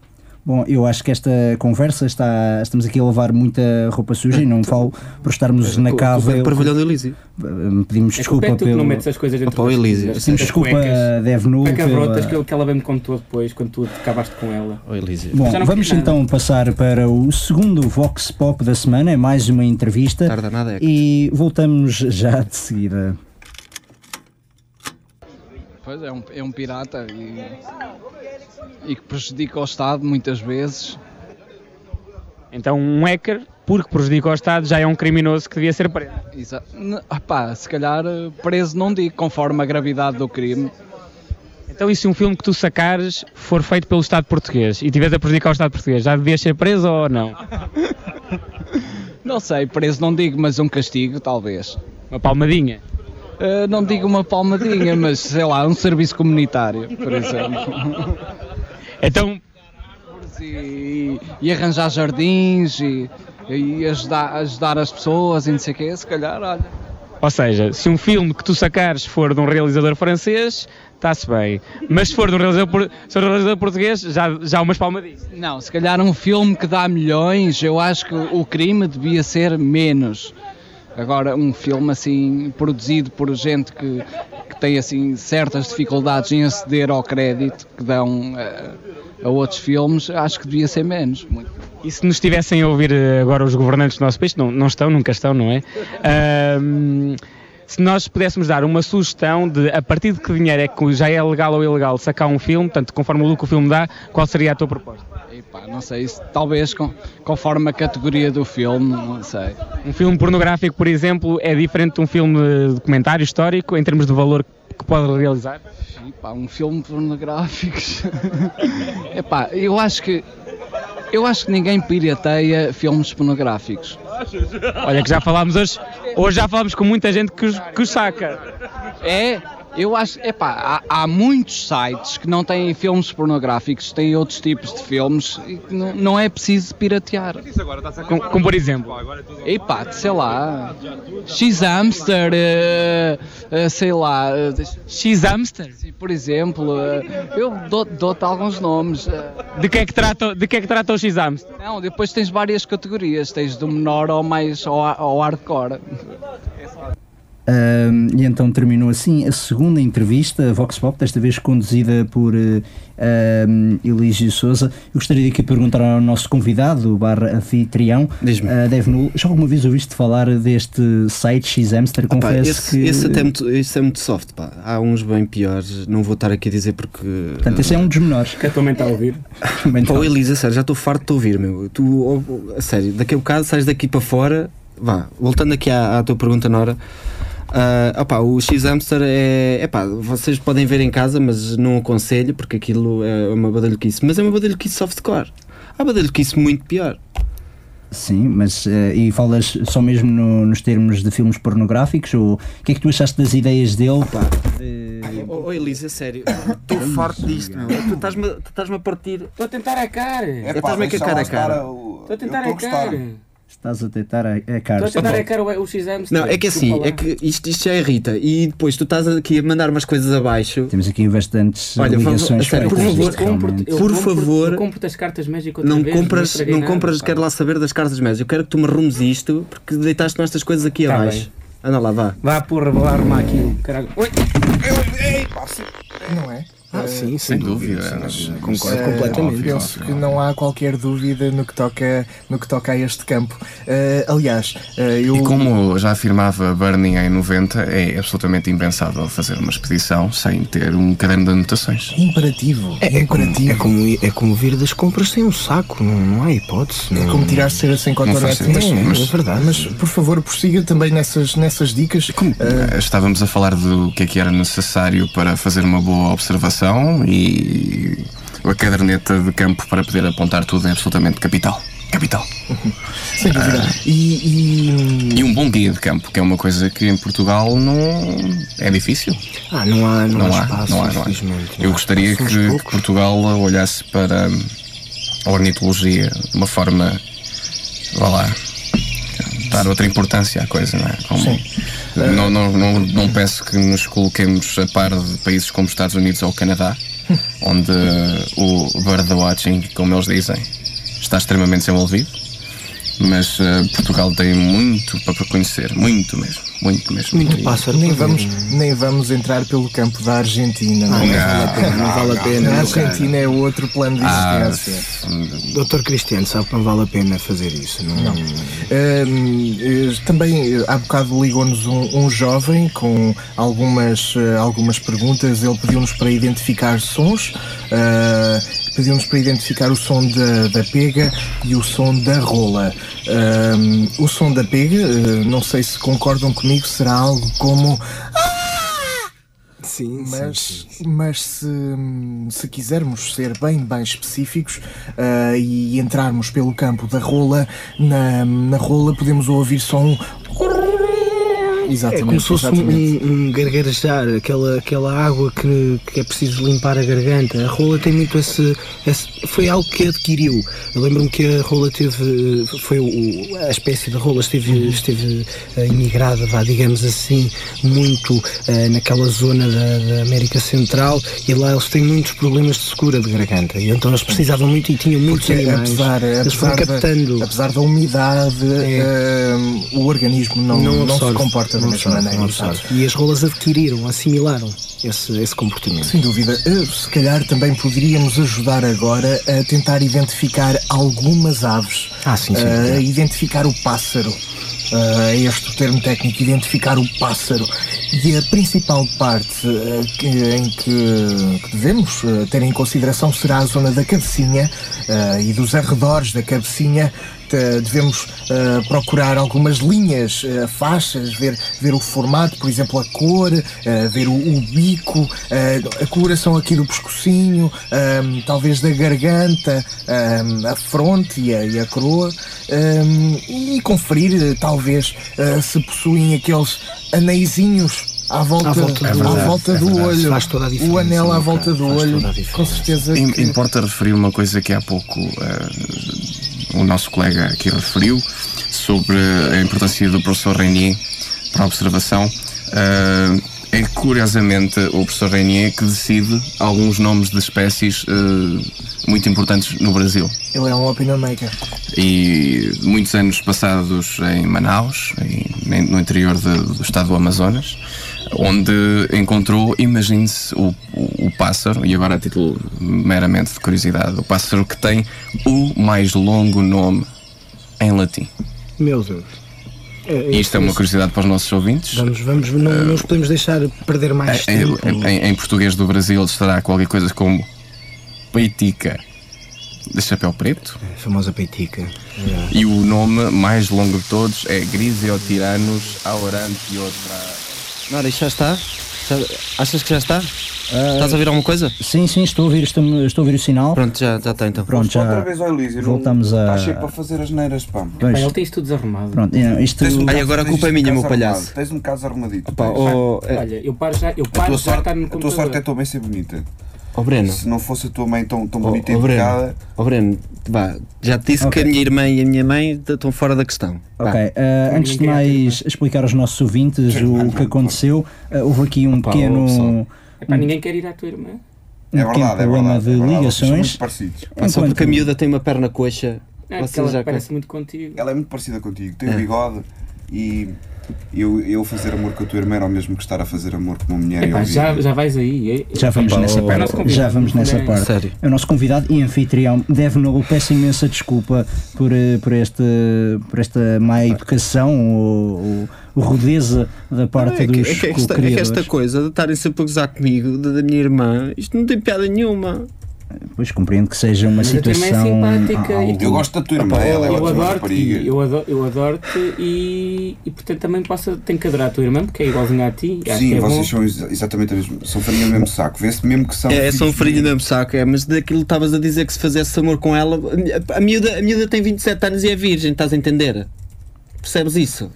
Speaker 4: Bom, eu acho que esta conversa está. Estamos aqui a levar muita roupa suja e não falo por estarmos na cava.
Speaker 5: é do pavilhão do Elísio.
Speaker 4: Pedimos
Speaker 7: É culpa
Speaker 4: desculpa
Speaker 7: é tu que
Speaker 4: pelo.
Speaker 7: não metes as coisas dentro
Speaker 5: Opa, o
Speaker 7: das-
Speaker 5: Elísio,
Speaker 7: das-
Speaker 5: assim,
Speaker 7: das
Speaker 4: desculpa,
Speaker 7: é, cuecas.
Speaker 4: Deve Nu,
Speaker 7: Cuecas
Speaker 4: pela-
Speaker 7: rotas que, que ela bem-me contou depois, quando tu acabaste com ela.
Speaker 5: Oh, Elísio.
Speaker 4: Bom, vamos então passar para o segundo Vox Pop da semana, é mais uma entrevista.
Speaker 5: Tarda nada, é.
Speaker 4: E voltamos já de seguida.
Speaker 11: Pois é, um, é um pirata e, e que prejudica o Estado muitas vezes.
Speaker 12: Então um hacker, porque prejudica o Estado, já é um criminoso que devia ser preso.
Speaker 11: Exa N- opá, se calhar eh, preso não digo, conforme a gravidade do crime.
Speaker 12: Então e se um filme que tu sacares for feito pelo Estado português e tiveres a prejudicar o Estado português, já devias ser preso ou não?
Speaker 11: Não sei, preso não digo, mas um castigo talvez. Eh,
Speaker 12: Uma palmadinha?
Speaker 11: não digo uma palmadinha, [laughs] mas sei lá, um serviço comunitário, por exemplo.
Speaker 12: [laughs] Então.
Speaker 11: E, e arranjar jardins e, e ajudar, ajudar as pessoas e não sei o quê, se calhar, olha.
Speaker 12: Ou seja, se um filme que tu sacares for de um realizador francês, está-se bem. Mas se for de um realizador, por- se for de um realizador português, já, já há umas palmadinhas.
Speaker 11: Não, se calhar um filme que dá milhões, eu acho que o crime devia ser menos. Agora, um filme assim, produzido por gente que, que tem assim certas dificuldades em aceder ao crédito que dão eh, a outros filmes, acho que devia ser menos. Muito.
Speaker 12: E se nos estivessem a ouvir eh, agora os governantes do nosso país, não, não estão, nunca estão, não é? Ahm, se nós pudéssemos dar uma sugestão de a partir de que dinheiro é que já é legal ou ilegal sacar um filme, portanto, conforme o lucro que o filme dá, qual seria a tua proposta?
Speaker 11: Epá, não sei, isso, talvez com- conforme a categoria do filme, não sei.
Speaker 12: Um filme pornográfico, por exemplo, é diferente de um filme documentário histórico em termos de valor que pode realizar?
Speaker 11: Epá, um filme pornográfico. [laughs] Epá, eu acho que eu acho que ninguém pirateia filmes pornográficos.
Speaker 12: Olha que já falámos hoje, hoje já falámos com muita gente que os, que os saca.
Speaker 11: É, eu acho, epá, há, há muitos sites que não têm filmes pornográficos, têm outros tipos de filmes e que não, não é preciso piratear.
Speaker 12: Como, como por exemplo?
Speaker 11: Epá, sei lá, X-Hamster, eh, eh, sei lá...
Speaker 12: X-Hamster?
Speaker 11: Por exemplo, eh, eu dou- dou-te alguns nomes. eh.
Speaker 12: De que é que trata, de que é que trata o X-Hamster?
Speaker 11: Não, depois tens várias categorias, tens do menor ao mais ao, ao hardcore.
Speaker 4: Ahm, e então terminou assim a segunda entrevista, a Vox Pop, desta vez conduzida por eh, ahm, Elígio Souza. Eu gostaria de aqui perguntar ao nosso convidado, barra anfitrião, ah, Dave Null, já alguma vez ouviste falar deste site X-Hamster?
Speaker 5: Ah, pá,
Speaker 4: Confesso
Speaker 5: esse,
Speaker 4: que...
Speaker 5: esse até é muito, esse é muito soft, pá. Há uns bem piores, não vou estar aqui a dizer porque.
Speaker 4: Portanto, esse é um dos menores. Que
Speaker 7: atualmente a
Speaker 5: [laughs]
Speaker 7: ouvir.
Speaker 5: Pô, Elisa, sério, já estou farto de te ouvir, meu. Tu, ó, ó, a sério, daqui a um bocado sais daqui para fora. Vá, voltando aqui à, à tua pergunta, Nora. Ah, opá, o X-Hamster é. Epá, vocês podem ver em casa, mas não aconselho porque aquilo é uma badalhoquice. Mas é uma badalhoquice softcore. Há badalhoquice muito pior.
Speaker 4: Sim, mas eh, e falas só mesmo no- nos termos de filmes pornográficos? Ou o que é que tu achaste das ideias dele?
Speaker 5: Oh, oh, Elisa, sério, [coughs] estou farto disto, meu. Tu estás-me tu estás-me a partir.
Speaker 7: Estou a tentar a cara.
Speaker 5: É pá, Estás-me a deixa lá cacar a estar cara. a- o-
Speaker 7: Estou a tentar
Speaker 5: eu
Speaker 7: a
Speaker 5: estou a
Speaker 7: cara.
Speaker 5: gostar.
Speaker 4: Estás a tentar a, a cara.
Speaker 7: Estou a tentar a cara o, o X-Hamster.
Speaker 5: Não, é que assim, é que isto, isto já irrita. E depois tu estás aqui a mandar umas coisas abaixo.
Speaker 4: Temos aqui bastantes
Speaker 5: Olha, fa- a
Speaker 4: ligações
Speaker 5: sério, por
Speaker 4: feitas,
Speaker 5: favor,
Speaker 4: isto realmente.
Speaker 5: por favor,
Speaker 7: Eu compro as cartas Magic outra
Speaker 5: não
Speaker 7: vez,
Speaker 5: compras,
Speaker 7: estraguei
Speaker 5: não
Speaker 7: nada,
Speaker 5: compras,
Speaker 7: pá.
Speaker 5: quero lá saber das cartas médias. Eu quero que tu me arrumes isto porque deitaste-me estas coisas aqui
Speaker 7: Tá
Speaker 5: abaixo.
Speaker 7: bem.
Speaker 5: Anda lá, vá.
Speaker 7: Vá, porra, vou lá arrumar aquilo. Caralho. Oi!
Speaker 1: Não é?
Speaker 3: Ah, sim, sem dúvida,
Speaker 2: é
Speaker 1: mas,
Speaker 3: mas concordo
Speaker 1: eh,
Speaker 3: completamente.
Speaker 1: Penso que não há qualquer dúvida no que toca, no que toca a este campo. Eh, aliás, eh, eu.
Speaker 2: E como já afirmava Burning em 90, é absolutamente impensável fazer uma expedição sem ter um caderno de anotações.
Speaker 1: Imperativo. É,
Speaker 3: É como, ir- é como vir das compras sem um saco, não, não há hipótese. né?
Speaker 1: É
Speaker 3: não-
Speaker 1: como tirar cera sem cotonete.
Speaker 2: faz sentido,
Speaker 1: Mas,
Speaker 2: mas-
Speaker 1: é verdade. Mas, por favor, prossiga também nessas, nessas dicas. Eh,
Speaker 2: Estávamos a falar do que é que era necessário para fazer uma boa observação e a caderneta de campo para poder apontar tudo é absolutamente capital. Capital.
Speaker 1: Sem dúvida. E,
Speaker 2: e um bom guia de campo, que é uma coisa que em Portugal não é difícil.
Speaker 3: Ah, não há, não há
Speaker 2: há,
Speaker 3: espaço,
Speaker 2: não há, não há.
Speaker 3: infelizmente,
Speaker 2: Eu gostaria que, que Portugal olhasse para a ornitologia de uma forma, vá lá, dar outra importância à coisa, não é? Como- não, não, não, não penso que nos coloquemos a par de países como Estados Unidos ou [laughs] Canadá, onde o bird watching, como eles dizem, está extremamente desenvolvido. Mas eh, Portugal tem muito para conhecer, muito mesmo, muito mesmo. E-
Speaker 1: nem vamos, nem vamos entrar pelo campo da Argentina.
Speaker 2: Não,
Speaker 1: é?
Speaker 2: não vale a pena, não vale a pena,
Speaker 1: A
Speaker 2: não,
Speaker 1: Argentina é outro plano de
Speaker 3: Ah,
Speaker 1: existência.
Speaker 3: Doutor Cristiano, sabe que não vale a pena fazer isso, não?
Speaker 1: Hum, é? eh, também eh, há bocado ligou-nos um, um jovem com algumas, eh, algumas perguntas. Ele pediu-nos para identificar sons, eh, pediu-nos para identificar o som da, da pega e o som da rola. Hum, o som da pega, eh, não sei se concordam comigo, será algo como.
Speaker 3: Sim,
Speaker 1: mas, mas se, se quisermos ser bem, bem específicos ah, e entrarmos pelo campo da rola, na, na rola podemos ouvir só um Exatamente,
Speaker 3: é como se fosse um,
Speaker 1: exatamente.
Speaker 3: um gargarejar, aquela, aquela água que, que é preciso limpar a garganta. A rola tem muito esse. esse- foi algo que adquiriu. Eu lembro-me que a rola teve. Foi o- a espécie de rola
Speaker 1: Uhum.
Speaker 3: esteve, esteve eh, imigrada, vá, digamos assim, muito eh, naquela zona da, da América Central e lá eles têm muitos problemas de secura de garganta. E então eles precisavam muito e tinham muitos
Speaker 1: Porque
Speaker 3: animais.
Speaker 1: é, apesar,
Speaker 3: eles foram
Speaker 1: apesar
Speaker 3: captando.
Speaker 1: da, apesar da umidade,
Speaker 3: É.
Speaker 1: eh, o organismo não, não, se
Speaker 3: absorve,
Speaker 1: comporta da
Speaker 3: não
Speaker 1: mesma
Speaker 3: absorve,
Speaker 1: maneira.
Speaker 3: não
Speaker 1: sabe?
Speaker 3: absorve. E as rolas adquiriram, assim, assimilaram esse, esse comportamento.
Speaker 1: Sem dúvida. Eh, Se calhar também poderíamos ajudar agora a tentar identificar algumas aves.
Speaker 3: Ah, sim, sim.
Speaker 1: Eh,
Speaker 3: é.
Speaker 1: identificar o pássaro. Eh, É este o termo técnico, identificar o pássaro. E a principal parte eh, que- em que, que devemos eh, ter em consideração será a zona da cabecinha eh, e dos arredores da cabecinha. Te- Devemos eh, procurar algumas linhas, eh, faixas, ver, ver o formato, por exemplo, a cor, eh, ver o, o bico, eh, a coloração aqui do pescocinho, ehm, talvez da garganta, ehm, a fronte e a, e a coroa, ehm, e conferir, eh, talvez, eh, se possuem aqueles aneizinhos à volta,
Speaker 3: À volta
Speaker 1: à
Speaker 3: do-
Speaker 1: volta do,
Speaker 3: É verdade, é verdade.
Speaker 1: olho.
Speaker 3: Faz toda a
Speaker 1: o
Speaker 3: diferença,
Speaker 1: anel à
Speaker 3: não é,
Speaker 1: volta
Speaker 3: cara?
Speaker 1: do
Speaker 3: Faz
Speaker 1: olho,
Speaker 3: toda a
Speaker 1: com certeza
Speaker 2: Im-
Speaker 1: que...
Speaker 2: Importa referir uma coisa que há pouco eh, o nosso colega aqui referiu sobre a importância do professor Renier para a observação. Eh, é curiosamente o professor Renier que decide alguns nomes de espécies eh, muito importantes no Brasil.
Speaker 1: Ele é um opinion maker.
Speaker 2: E muitos anos passados em Manaus, em- no interior de- do estado do Amazonas, onde encontrou, imagine-se, o, o- o pássaro, e agora a título meramente de curiosidade, o pássaro que tem o mais longo nome em latim.
Speaker 3: Meu Deus. É,
Speaker 2: E isto é uma curiosidade para os nossos ouvintes. É,
Speaker 3: Vamos, vamos, não, não nos podemos deixar perder mais
Speaker 2: Em-
Speaker 3: tempo.
Speaker 2: em, em português do Brasil estará qualquer coisa como peitica de chapéu preto.
Speaker 3: É, A famosa peitica.
Speaker 2: E o nome mais longo de todos é Griseotiranus aurantiostra.
Speaker 5: Nora, isto já está? Já- achas que já está? Estás a ouvir alguma coisa?
Speaker 4: Ah, Sim, sim, estou a ouvir, estou, estou a ouvir o sinal.
Speaker 5: Pronto, já, já está então.
Speaker 4: Pronto, já
Speaker 8: Outra vez ao Elísio, não-
Speaker 4: voltamos a.
Speaker 8: Está cheio para fazer as neiras, pá.
Speaker 4: Pois. Pá, ele tem
Speaker 7: isto tudo desarrumado.
Speaker 4: Pronto, não, isto- Ai,
Speaker 8: caso-
Speaker 4: agora a
Speaker 8: tens
Speaker 4: culpa é
Speaker 8: um
Speaker 4: minha,
Speaker 8: caso
Speaker 4: meu palhaço.
Speaker 8: arrumado, Tens um caso arrumadito.
Speaker 5: Opa,
Speaker 8: tens.
Speaker 5: oh,
Speaker 7: é- Olha, eu paro já- eu
Speaker 8: a
Speaker 7: paro
Speaker 8: tua
Speaker 7: já
Speaker 8: sorte,
Speaker 7: estar no
Speaker 8: A tua
Speaker 7: computador.
Speaker 8: sorte é a tua mãe ser bonita.
Speaker 5: Ó, Breno.
Speaker 8: Se não fosse a tua mãe tão, tão
Speaker 5: Ó,
Speaker 8: bonita
Speaker 5: ó,
Speaker 8: e
Speaker 5: Breno,
Speaker 8: educada,
Speaker 5: ó, Breno, vá, já te disse
Speaker 4: Ok.
Speaker 5: que a minha irmã e a minha mãe estão fora da questão.
Speaker 7: Tá.
Speaker 5: Vá.
Speaker 4: Ok, ah, antes de mais explicar aos nossos ouvintes
Speaker 5: tá,
Speaker 4: o que aconteceu, ah, houve aqui um
Speaker 5: Opa,
Speaker 4: pequeno.
Speaker 5: ó, pessoal.
Speaker 7: É
Speaker 4: Hum.
Speaker 7: para ninguém quer ir à tua irmã.
Speaker 5: É
Speaker 4: um pequeno problema de ligações.
Speaker 5: Pá, só
Speaker 4: Enquanto-
Speaker 5: porque a miúda tem uma perna coxa.
Speaker 7: É,
Speaker 5: vocês
Speaker 7: porque ela
Speaker 5: já-
Speaker 7: parece muito contigo.
Speaker 8: ela é muito parecida contigo. Tem o
Speaker 5: É.
Speaker 8: bigode e eu, eu fazer amor com a tua irmã era o mesmo que estar a fazer amor com uma mulher. e
Speaker 7: Epá,
Speaker 8: ouvir.
Speaker 7: já, já vais aí. é-
Speaker 4: Já vamos
Speaker 7: Epá,
Speaker 4: nessa
Speaker 7: o- o nosso
Speaker 4: parte.
Speaker 7: convidado,
Speaker 4: Já vamos nessa
Speaker 7: né?
Speaker 4: parte. É o nosso convidado e anfitrião, Dev Noble, peço imensa desculpa por, eh, por, este, por esta má educação ou, ou rudeza da parte
Speaker 5: é, que, é,
Speaker 4: dos
Speaker 5: que, é que esta, é que
Speaker 4: co-criadores.
Speaker 5: esta coisa de estarem sempre a gozar comigo, da, da minha irmã, isto não tem piada nenhuma.
Speaker 4: Pois compreendo que seja uma
Speaker 5: Mas a tua irmã é
Speaker 4: situação.
Speaker 5: simpática e
Speaker 4: algo-
Speaker 5: Eu gosto da tua irmã,
Speaker 7: Opa,
Speaker 5: ela é
Speaker 7: eu
Speaker 5: ótima
Speaker 7: adoro-te,
Speaker 5: rapariga.
Speaker 7: eu adoro, eu adoro-te e, e portanto também posso, tenho que adorar a tua irmã porque é igualzinha a ti. e acho que
Speaker 8: Sim,
Speaker 7: é bom.
Speaker 8: vocês são ex- exatamente a mesma. São farinha do mesmo saco. Vê-se mesmo que são.
Speaker 5: É,
Speaker 8: filhos
Speaker 5: são
Speaker 7: Um
Speaker 8: de-
Speaker 5: farinha do mesmo saco, é, mas daquilo que estavas a dizer que se fizesse amor com ela, a- a miúda, a miúda tem 27 anos e é virgem, estás a entender? Percebes isso?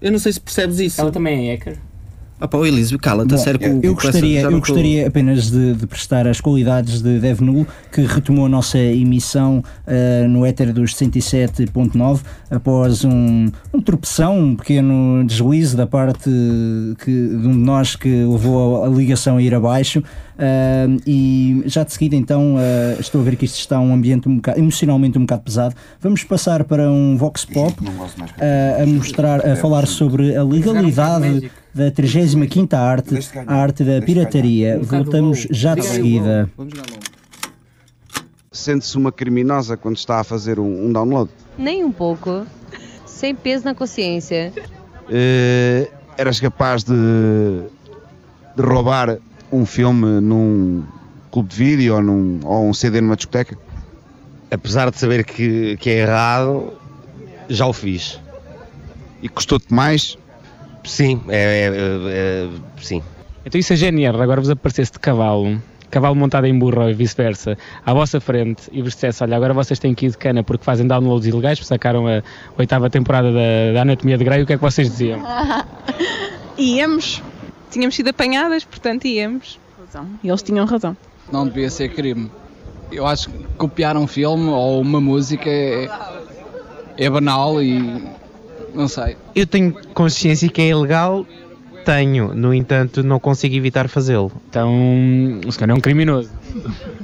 Speaker 5: Eu não sei se percebes isso. Ela
Speaker 7: também é hacker.
Speaker 5: Ah pá, o Elísio, cala-te, a
Speaker 4: Bom,
Speaker 5: sério. com-
Speaker 4: eu
Speaker 5: com essa-
Speaker 4: gostaria,
Speaker 5: já
Speaker 4: eu
Speaker 5: não tô-
Speaker 4: gostaria apenas de, de prestar as qualidades de Dev Nulo, que retomou a nossa emissão eh, no éter dos 107.9 após um, um tropeção, um pequeno deslize da parte que, de um de nós que levou a, a ligação a ir abaixo. eh, e já de seguida, então, eh, estou a ver que isto está um ambiente um bocado- emocionalmente um bocado pesado. Vamos passar para um Vox Pop eh, a mostrar, a falar sobre a legalidade da 35 arte, a arte da pirataria. Voltamos já de seguida.
Speaker 13: Sente-se uma criminosa quando está a fazer um, um download.
Speaker 14: Nem um pouco. Sem peso na consciência.
Speaker 13: Eh, eras capaz de, de roubar um filme num clube de vídeo ou, num, ou um CD numa discoteca?
Speaker 15: Apesar de saber que, que é errado, já o fiz.
Speaker 13: E custou-te mais?
Speaker 15: Sim, é, é- é- é- sim.
Speaker 16: Então isso é GNR, agora vos aparecesse de cavalo.
Speaker 12: cavalo montado em burro e vice-versa, à vossa frente e vos dissesse: Olha, agora vocês têm que ir de cana porque fazem downloads ilegais, sacaram a oitava temporada da, da Anatomia de Grey, o que é que vocês diziam?
Speaker 17: íamos. Tínhamos sido apanhadas, portanto íamos. Razão. E eles tinham razão.
Speaker 11: Não devia ser crime. Eu acho que copiar um filme ou uma música é, é banal e. não sei.
Speaker 18: Eu tenho consciência que é ilegal, tenho, no entanto, não consigo evitar fazê-lo.
Speaker 12: Então, se calhar é um criminoso.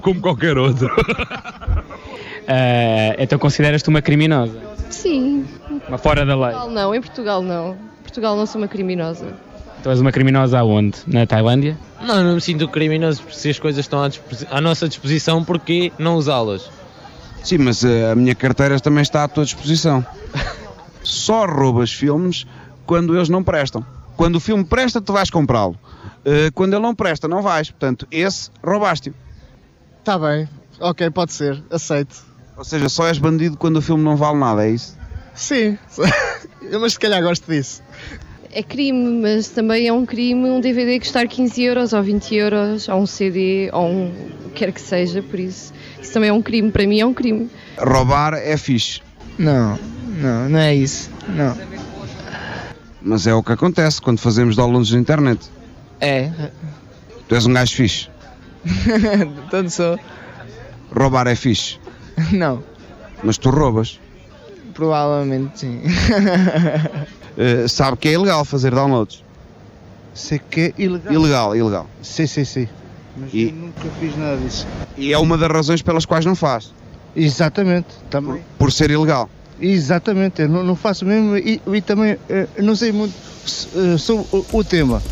Speaker 19: Como qualquer outro.
Speaker 12: [laughs] Ah, então consideras-te uma criminosa,
Speaker 14: Sim.
Speaker 12: uma fora da
Speaker 14: Em
Speaker 12: lei.
Speaker 14: Portugal não, em Portugal não. Em Portugal não sou uma criminosa.
Speaker 12: Tu és uma criminosa aonde? Na Tailândia?
Speaker 18: Não, não me sinto criminoso se as coisas estão à, disposi- à nossa disposição, porque não usá-las?
Speaker 8: Sim, mas eh, a minha carteira também está à
Speaker 15: [laughs]
Speaker 8: tua disposição. Só roubas filmes quando eles não prestam. Quando o filme presta, tu vais comprá-lo. Eh, quando ele não presta, não vais. Portanto, esse roubaste-o.
Speaker 20: Está Tá bem, ok, pode ser, aceito.
Speaker 8: Ou seja, só és bandido quando o filme não vale nada, é
Speaker 20: [laughs]
Speaker 8: isso?
Speaker 20: Sim, mas se calhar gosto disso.
Speaker 14: É crime, mas também é um crime um DVD custar 15 euros ou 20 euros, ou um CD, ou um o que quer que seja, por isso. Isso também é um crime, para mim é um crime.
Speaker 8: Roubar é fixe.
Speaker 21: Não, não, não é isso. Não.
Speaker 8: Mas é o que acontece quando fazemos downloads na internet.
Speaker 22: É,
Speaker 8: Tu és um gajo fixe.
Speaker 22: [laughs] tanto sou.
Speaker 8: Roubar
Speaker 21: [laughs]
Speaker 8: é fixe.
Speaker 22: Não,
Speaker 8: Mas tu roubas.
Speaker 22: provavelmente sim. [laughs]
Speaker 8: Eh, sabe que é ilegal fazer downloads.
Speaker 9: Sei que é ilegal.
Speaker 8: Ilegal, ilegal.
Speaker 9: Sim, sim, sim.
Speaker 8: E,
Speaker 9: Nunca fiz nada disso.
Speaker 8: e é uma das razões pelas quais não faz.
Speaker 9: Exatamente, também.
Speaker 8: Por ser ilegal.
Speaker 9: Exatamente, eu não, não faço mesmo e, e também eh, não sei muito s- eh, sobre o, o tema.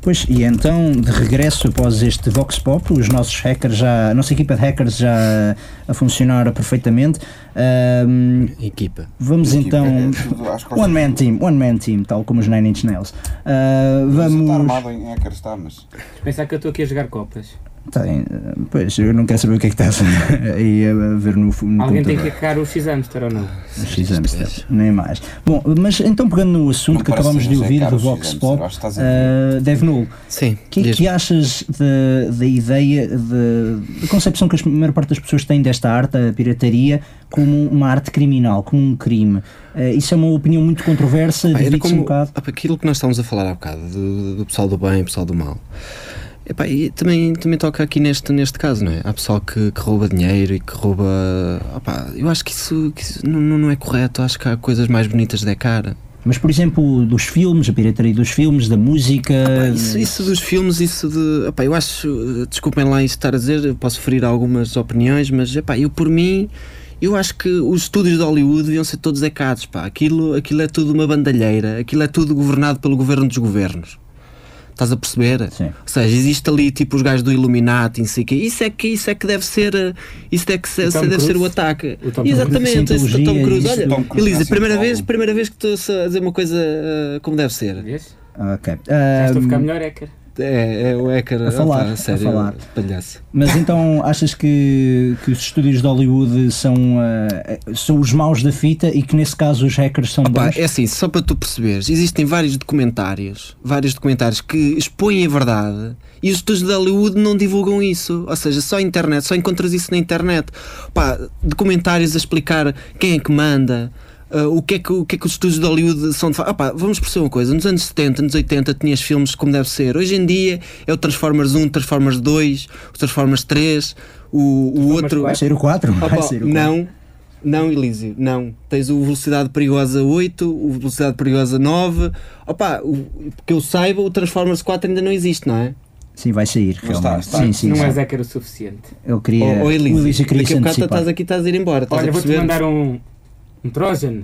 Speaker 4: Pois, e então, de regresso após este Vox Pop, os nossos hackers já, a nossa equipa de hackers já a funcionar perfeitamente.
Speaker 5: equipa.
Speaker 4: Vamos
Speaker 5: Equipa,
Speaker 4: então.
Speaker 5: é tudo às costas
Speaker 4: One man team, one man team, tal como os Nine Inch Nails. Ah,
Speaker 6: Está
Speaker 4: vamos.
Speaker 6: armado em hacker, está, mas.
Speaker 7: Pensar que eu estou aqui a jogar copas.
Speaker 4: Tem, pois, eu não quero saber o que é que estás [laughs] aí a ver no, fu- no
Speaker 7: Alguém tem que
Speaker 4: computador.
Speaker 7: acabar o X-Amster ou não?
Speaker 4: Precisamos dele, nem mais. Bom, mas então pegando no assunto
Speaker 7: Não
Speaker 4: que acabamos
Speaker 7: parece
Speaker 4: de
Speaker 7: que é
Speaker 4: ouvir
Speaker 7: não
Speaker 4: do
Speaker 7: sei,
Speaker 4: Vox
Speaker 7: Carlos,
Speaker 4: Pop,
Speaker 7: acho que estás a
Speaker 4: uh, Dev Null,
Speaker 5: Sim.
Speaker 4: o que é que achas da, da ideia, de- da concepção que a maior parte das pessoas têm desta arte, a pirataria, como uma arte criminal, como um crime? Uh, isso é uma opinião muito controversa,
Speaker 5: Pá, era
Speaker 4: divide-se um
Speaker 5: como
Speaker 4: bocado.
Speaker 5: ah, pá, aquilo que nós estávamos a falar há bocado, do, do pessoal do bem e pessoal do mal. Epá, e também, também toca aqui neste, neste caso, não é? Há pessoal que, que rouba dinheiro e que rouba. opá, eu acho que isso, que isso não, não não é correto. Acho que há coisas mais bonitas da cara.
Speaker 4: Mas, por exemplo, dos filmes, a pirataria dos filmes, da música.
Speaker 5: Isso, isso dos filmes, isso de. Epá, eu acho. eh, Desculpem lá isso estar a dizer, eu posso ferir algumas opiniões, mas epá, eu por mim. Eu acho que os estúdios de Hollywood deviam ser todos decados, pá. Aquilo, aquilo é tudo uma bandalheira, aquilo é tudo governado pelo governo dos governos. Estás a perceber? Ou seja, existe ali tipo os gajos do Illuminati, não sei o quê. Isso é que, isso é que deve ser. eh, Isso é que se-
Speaker 23: O Tom
Speaker 5: se deve ser o
Speaker 23: Cruise?
Speaker 5: ataque.
Speaker 23: O Tom Cruise.
Speaker 5: Exatamente, esse do Tom
Speaker 23: Cientologia,
Speaker 5: Cruise.
Speaker 23: isso
Speaker 5: Olha,
Speaker 23: do Tom Cruise,
Speaker 5: Elisa,
Speaker 23: não é
Speaker 5: primeira
Speaker 23: cientólogo.
Speaker 5: vez, primeira vez que estou a dizer uma coisa eh, como deve ser.
Speaker 4: Ok.
Speaker 5: Já estou a ficar
Speaker 7: melhor, hacker.
Speaker 5: É, é o hacker.
Speaker 4: A falar,
Speaker 5: opa,
Speaker 4: a
Speaker 5: sério,
Speaker 4: falar.
Speaker 5: palhaço.
Speaker 4: Mas então achas que, que os estúdios de Hollywood são, eh, são os maus da fita e que nesse caso os hackers são
Speaker 5: Pá,
Speaker 4: bons?
Speaker 5: é assim, só para tu perceberes, existem vários documentários, vários documentários que expõem a verdade e os estúdios de Hollywood não divulgam isso. Ou seja, só a internet, só encontras isso na internet. Pá, documentários a explicar quem é que manda. ah, o, que é que, o que é que os estúdios de Hollywood são de fa- Ah pá, Vamos perceber uma coisa: nos anos 70, anos 80 tinhas filmes como deve ser. Hoje em dia é o Transformers 1, Transformers 2, o Transformers 3, o, o outro.
Speaker 4: Vai sair o 4?
Speaker 5: Ah,
Speaker 4: Vai
Speaker 5: pá,
Speaker 4: sair o 4.
Speaker 5: não, não, Elísio, não. Tens o Velocidade Perigosa 8, o Velocidade Perigosa 9. Opa, o, que eu saiba, o Transformers 4 ainda não existe, não é?
Speaker 4: Sim, vai sair,
Speaker 5: Mas
Speaker 4: realmente.
Speaker 5: está, está.
Speaker 4: Sim, sim,
Speaker 5: Não
Speaker 4: sim.
Speaker 5: é
Speaker 7: Mas é que era o suficiente.
Speaker 4: Eu queria.
Speaker 5: Ou, ou Elísio,
Speaker 4: o Elísio queria
Speaker 5: daqui
Speaker 4: se
Speaker 5: a bocado
Speaker 7: Então
Speaker 4: antecipar.
Speaker 5: estás aqui, estás a ir embora. Estás
Speaker 7: Olha,
Speaker 5: a
Speaker 7: vou-te
Speaker 5: perceber?
Speaker 7: mandar um. um Trojan.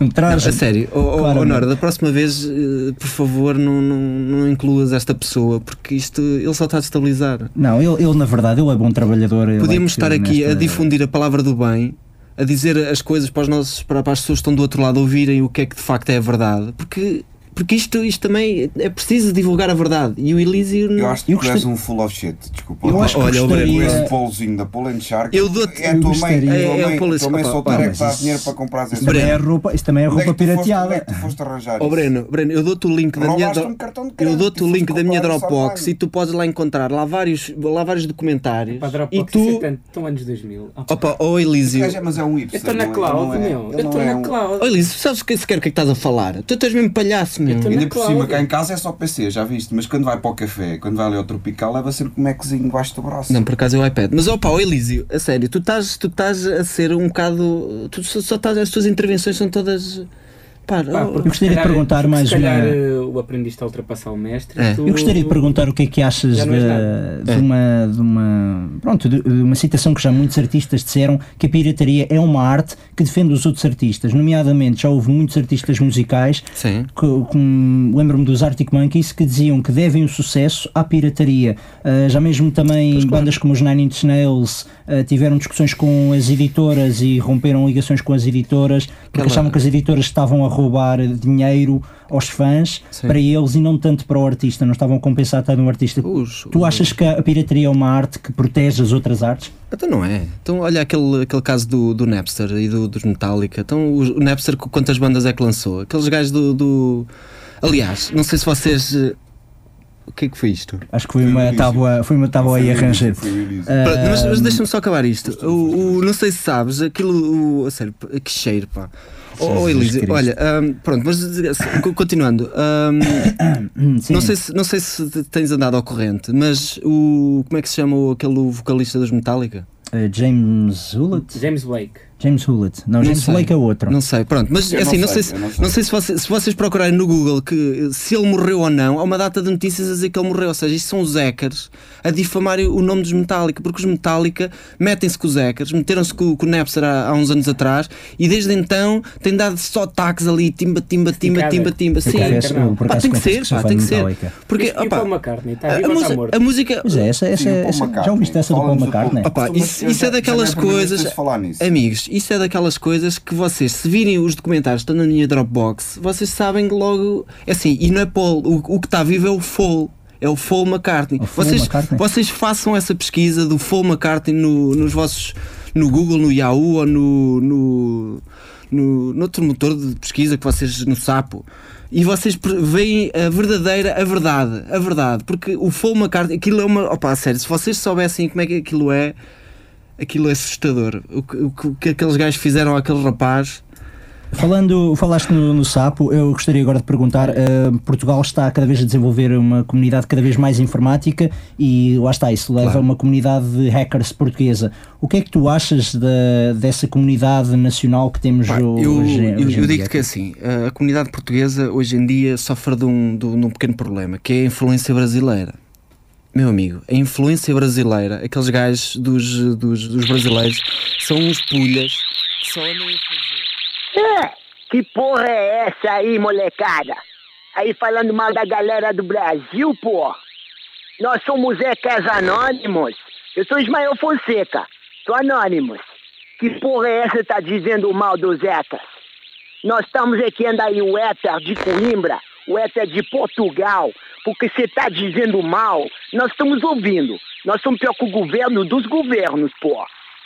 Speaker 4: Um
Speaker 5: Não, a
Speaker 4: traje.
Speaker 5: sério, oh, oh,
Speaker 4: Claramente.
Speaker 5: Honora, da próxima vez, eh, por favor, não, não, não incluas esta pessoa, porque isto ele só está a destabilizar.
Speaker 4: Não, ele, ele, na verdade ele é bom trabalhador. ele é
Speaker 5: Podíamos
Speaker 4: que
Speaker 5: estar aqui
Speaker 4: nesta-
Speaker 5: a difundir a palavra do bem, a dizer as coisas para, os nossos, para, para as pessoas que estão do outro lado ouvirem o que é que de facto é a verdade, porque, porque isto, isto também é preciso divulgar a verdade. E o Elysium.
Speaker 8: Eu acho que tu és um full of shit, desculpa.
Speaker 5: Eu acho que
Speaker 8: Olha,
Speaker 5: gostaria-
Speaker 8: com esse polozinho da Poland Shark.
Speaker 5: Eu dou-te-
Speaker 8: É a tua mãe,
Speaker 4: gostaria-
Speaker 8: tua
Speaker 4: É- é
Speaker 8: mãe,
Speaker 4: o Poland-
Speaker 8: tua mãe
Speaker 4: Opa,
Speaker 8: solteira
Speaker 4: pá,
Speaker 8: que dá
Speaker 4: mas
Speaker 8: dinheiro
Speaker 4: isso-
Speaker 8: para comprar esse
Speaker 4: Isso também é roupa, isso também é roupa pirateada.
Speaker 8: foste arranjar
Speaker 5: Ó
Speaker 8: isso?
Speaker 5: Oh, Breno, Breno, eu dou-te o link da minha
Speaker 8: Roubaste
Speaker 5: dro-
Speaker 8: um cartão de
Speaker 5: Eu
Speaker 8: crédito
Speaker 5: dou-te o link da minha
Speaker 8: comprar isso
Speaker 5: Dropbox
Speaker 8: online.
Speaker 5: e tu podes lá encontrar lá vários, lá vários documentários. e
Speaker 7: Dropbox, isso
Speaker 5: tu.
Speaker 7: é tanto, estão anos 2000. Ah,
Speaker 5: Opa, ó Elísio.
Speaker 7: Esse gajo é- mas é um hipster, Eu
Speaker 5: Eu
Speaker 7: tô na não é? cloud, Ele não é- meu. ele Eu não tô é na um- cloud.
Speaker 5: Ó Elísio, sabes que sequer o que é que estás a falar? Tu tens mesmo palhaço, meu.
Speaker 8: Ainda por cima, cá em casa é só PC, já viste? Mas quando vai para o café, quando vai ali ao Tropical, leva sempre um Maczinho debaixo do braço.
Speaker 5: Não, por acaso é o iPad. Mas opa, ó Elísio, a sério, tu estás, tu estás a ser um bocado. Tu só, só estás, as tuas intervenções são todas. Pá, oh.
Speaker 7: Pá,
Speaker 5: ó-
Speaker 7: porque se calhar- porque Se calhar eh, o aprendiz está a ultrapassar o mestre.
Speaker 5: É.
Speaker 7: tu-
Speaker 4: Eu gostaria de perguntar o que é que achas
Speaker 7: Já
Speaker 4: de,
Speaker 7: não és nada.
Speaker 4: de
Speaker 7: É.
Speaker 4: uma, de uma- pronto, de, de uma citação que já muitos artistas disseram que a pirataria é uma arte que defende os outros artistas, nomeadamente já houve muitos artistas musicais
Speaker 5: Sim.
Speaker 4: que- com- lembro-me dos Arctic Monkeys que diziam que devem o sucesso à pirataria. Ah, já mesmo também bandas como os Nine Inch Nails ah, tiveram discussões com as editoras e romperam ligações com as editoras porque
Speaker 5: Aquela-
Speaker 4: achavam que as editoras estavam a roubar dinheiro aos fãs
Speaker 5: Sim.
Speaker 4: para eles e não tanto para o artista, não estavam a compensar tanto o artista. tu achas que a pirataria é uma arte que protege as outras artes?
Speaker 5: Então não é. Então olha aquele, aquele caso do, do Napster e do, dos Metallica. Então os- o, Napster qu- quantas bandas é que lançou? Aqueles gajos do, do- Aliás, não sei se vocês... eh, O que é que foi isto?
Speaker 4: Acho que foi uma tábua, foi um uma tábua aí a ranger.
Speaker 5: Pera, Mas, mas
Speaker 4: Ah,
Speaker 5: deixa-me só acabar isto. O, o- não sei se sabes, aquilo. O, a sério, p- que cheiro, pá. Oh, oh
Speaker 4: Jesus
Speaker 5: Elísio,
Speaker 4: Cristo.
Speaker 5: olha, ahm, pronto, mas co- continuando. ahm,
Speaker 4: Hum, Sim.
Speaker 5: não, sei se, não sei se te- tens andado ao corrente, mas o. Como é que se chama o- aquele vocalista dos Metallica?
Speaker 4: ah, James Hewlett?
Speaker 7: James Blake.
Speaker 4: James Hewlett. Não,
Speaker 5: Não
Speaker 4: James
Speaker 5: sei.
Speaker 4: Blake é outro.
Speaker 5: Não sei, pronto. Mas
Speaker 4: Eu
Speaker 5: assim,
Speaker 4: não
Speaker 5: não
Speaker 4: sei,
Speaker 5: sei,
Speaker 4: eu
Speaker 5: se, não sei se, vocês, se vocês procurarem no Google que eh, se ele morreu ou não, há uma data de notícias a dizer que ele morreu. Ou seja, isto são os hackers a difamarem o nome dos Metallica, porque os Metallica metem-se com os hackers, meteram-se com, com o Napster há, há uns anos atrás e desde então têm dado só ataques ali, timba, timba, timba,
Speaker 7: Esticada.
Speaker 5: timba, timba.
Speaker 7: Eu
Speaker 5: Sim,
Speaker 7: confesso, eu por
Speaker 5: Pá,
Speaker 7: acaso
Speaker 5: tem que
Speaker 7: confesso
Speaker 5: ser,
Speaker 7: que sou
Speaker 5: pá,
Speaker 7: fã
Speaker 5: tem que
Speaker 7: de
Speaker 5: ser.
Speaker 7: Metallica.
Speaker 5: Porque,
Speaker 7: E- e o
Speaker 5: opá,
Speaker 7: Tá, Paul McCartney, está
Speaker 5: a-
Speaker 7: vivo
Speaker 5: a
Speaker 7: ou está
Speaker 5: música-
Speaker 7: morto?
Speaker 5: a música.
Speaker 4: Pois é, essa- essa-
Speaker 7: Sim, o Paul essa- já McCartney.
Speaker 4: ouviste essa do Paul Falamos do Paul- McCartney?
Speaker 5: Opa,
Speaker 4: Mas
Speaker 5: isso,
Speaker 4: eu
Speaker 5: isso
Speaker 4: já-
Speaker 5: é daquelas
Speaker 4: já não é a primeira
Speaker 5: coisas.
Speaker 4: vez que falar nisso.
Speaker 5: Amigos, isso é daquelas coisas que vocês, se virem os documentários que estão na minha Dropbox, vocês sabem que logo. É assim, e não é Paul, o, o que está vivo é o Paul. É o Paul McCartney.
Speaker 4: Paul
Speaker 5: vocês,
Speaker 4: McCartney.
Speaker 5: vocês façam essa pesquisa do Paul McCartney no, nos vossos. no Google, no Yahoo ou no. no no, noutro motor de pesquisa que vocês no sapo e vocês pre- veem a verdadeira a verdade a verdade porque o Paul McCartney aquilo é uma opa a sério se vocês soubessem como é que aquilo é aquilo é assustador o que, o que- o que aqueles gajos fizeram àquele rapaz
Speaker 4: Falando, falaste no, no sapo, eu gostaria agora de perguntar, eh, Portugal está cada vez a desenvolver uma comunidade cada vez mais informática e lá está, isso leva a uma comunidade de hackers portuguesa. O que é que tu achas da- dessa comunidade nacional que temos hoje,
Speaker 5: eu,
Speaker 4: hoje em
Speaker 5: eu, eu
Speaker 4: dia?
Speaker 5: digo que é assim a- a comunidade portuguesa hoje em dia sofre de um, de um de um pequeno problema que é a influência brasileira meu amigo a influência brasileira aqueles gajos dos, dos, dos brasileiros são uns pulhas que só andam a
Speaker 24: É, que porra é essa aí, molecada? Aí falando mal da galera do Brasil, pô. Nós somos ECAs Anônimos. Eu sou Ismael Fonseca. Sou Anônimos. Que porra é essa que tá dizendo mal dos ECAs? Nós estamos aqui andando aí o éter de Coimbra, o éter de Portugal, porque você tá dizendo mal, nós estamos ouvindo. Nós somos pior que o governo dos governos, pô.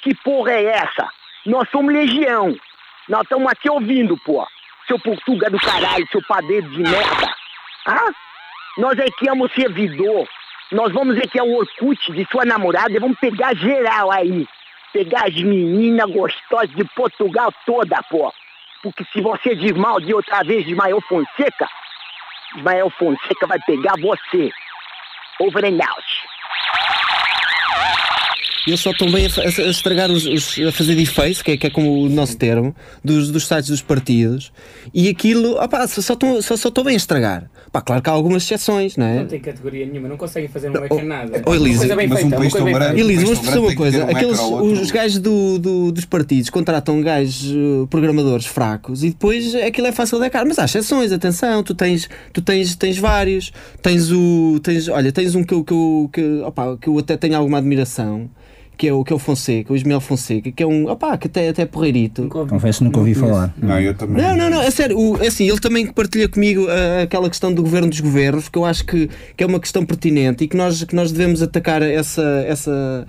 Speaker 24: Que porra é essa? Nós somos legião. Nós estamos aqui ouvindo, pô. Seu Portuga do caralho, seu padeiro de merda. Hã? Nós aqui amo servidor. Nós vamos é aqui ao Orkut de sua namorada e vamos pegar geral aí. Pegar as meninas gostosas de Portugal toda, pô. Porque se você diz mal de outra vez de Ismael Fonseca, Ismael Fonseca vai pegar você. Over and out.
Speaker 5: E eles só estão bem a, fa- a estragar os, os- a fazer deface, que é, que é como o nosso termo, dos, dos sites dos partidos, e aquilo opá, só, só, estão, só, só estão bem a estragar. Pá, claro que há algumas exceções, não é?
Speaker 7: Não tem categoria nenhuma, não conseguem fazer um hacker nada.
Speaker 5: Ó oh, Elise,
Speaker 7: Uma coisa bem feita, uma coisa bem feita.
Speaker 5: Elise, vamos perceber
Speaker 7: um
Speaker 5: uma coisa. Aqueles, os gajos do- do- dos partidos contratam gajos eh, programadores fracos e depois aquilo é fácil de cara. Mas há exceções, atenção, tu tens, tu tens, tens vários, tens o. Tens, olha, tens um que eu, que, eu, que, opá, que eu até tenho alguma admiração, que é o, que é o Fonseca, o Ismael Fonseca, que é um. opá, que até, até porreirito.
Speaker 4: Confesso, nunca ouvi falar.
Speaker 8: Não, eu também.
Speaker 5: Não, não, não, é sério, o- é assim, ele também partilha comigo ah, aquela questão do governo dos governos, que eu acho que, que é uma questão pertinente e que nós, que nós devemos atacar essa, essa,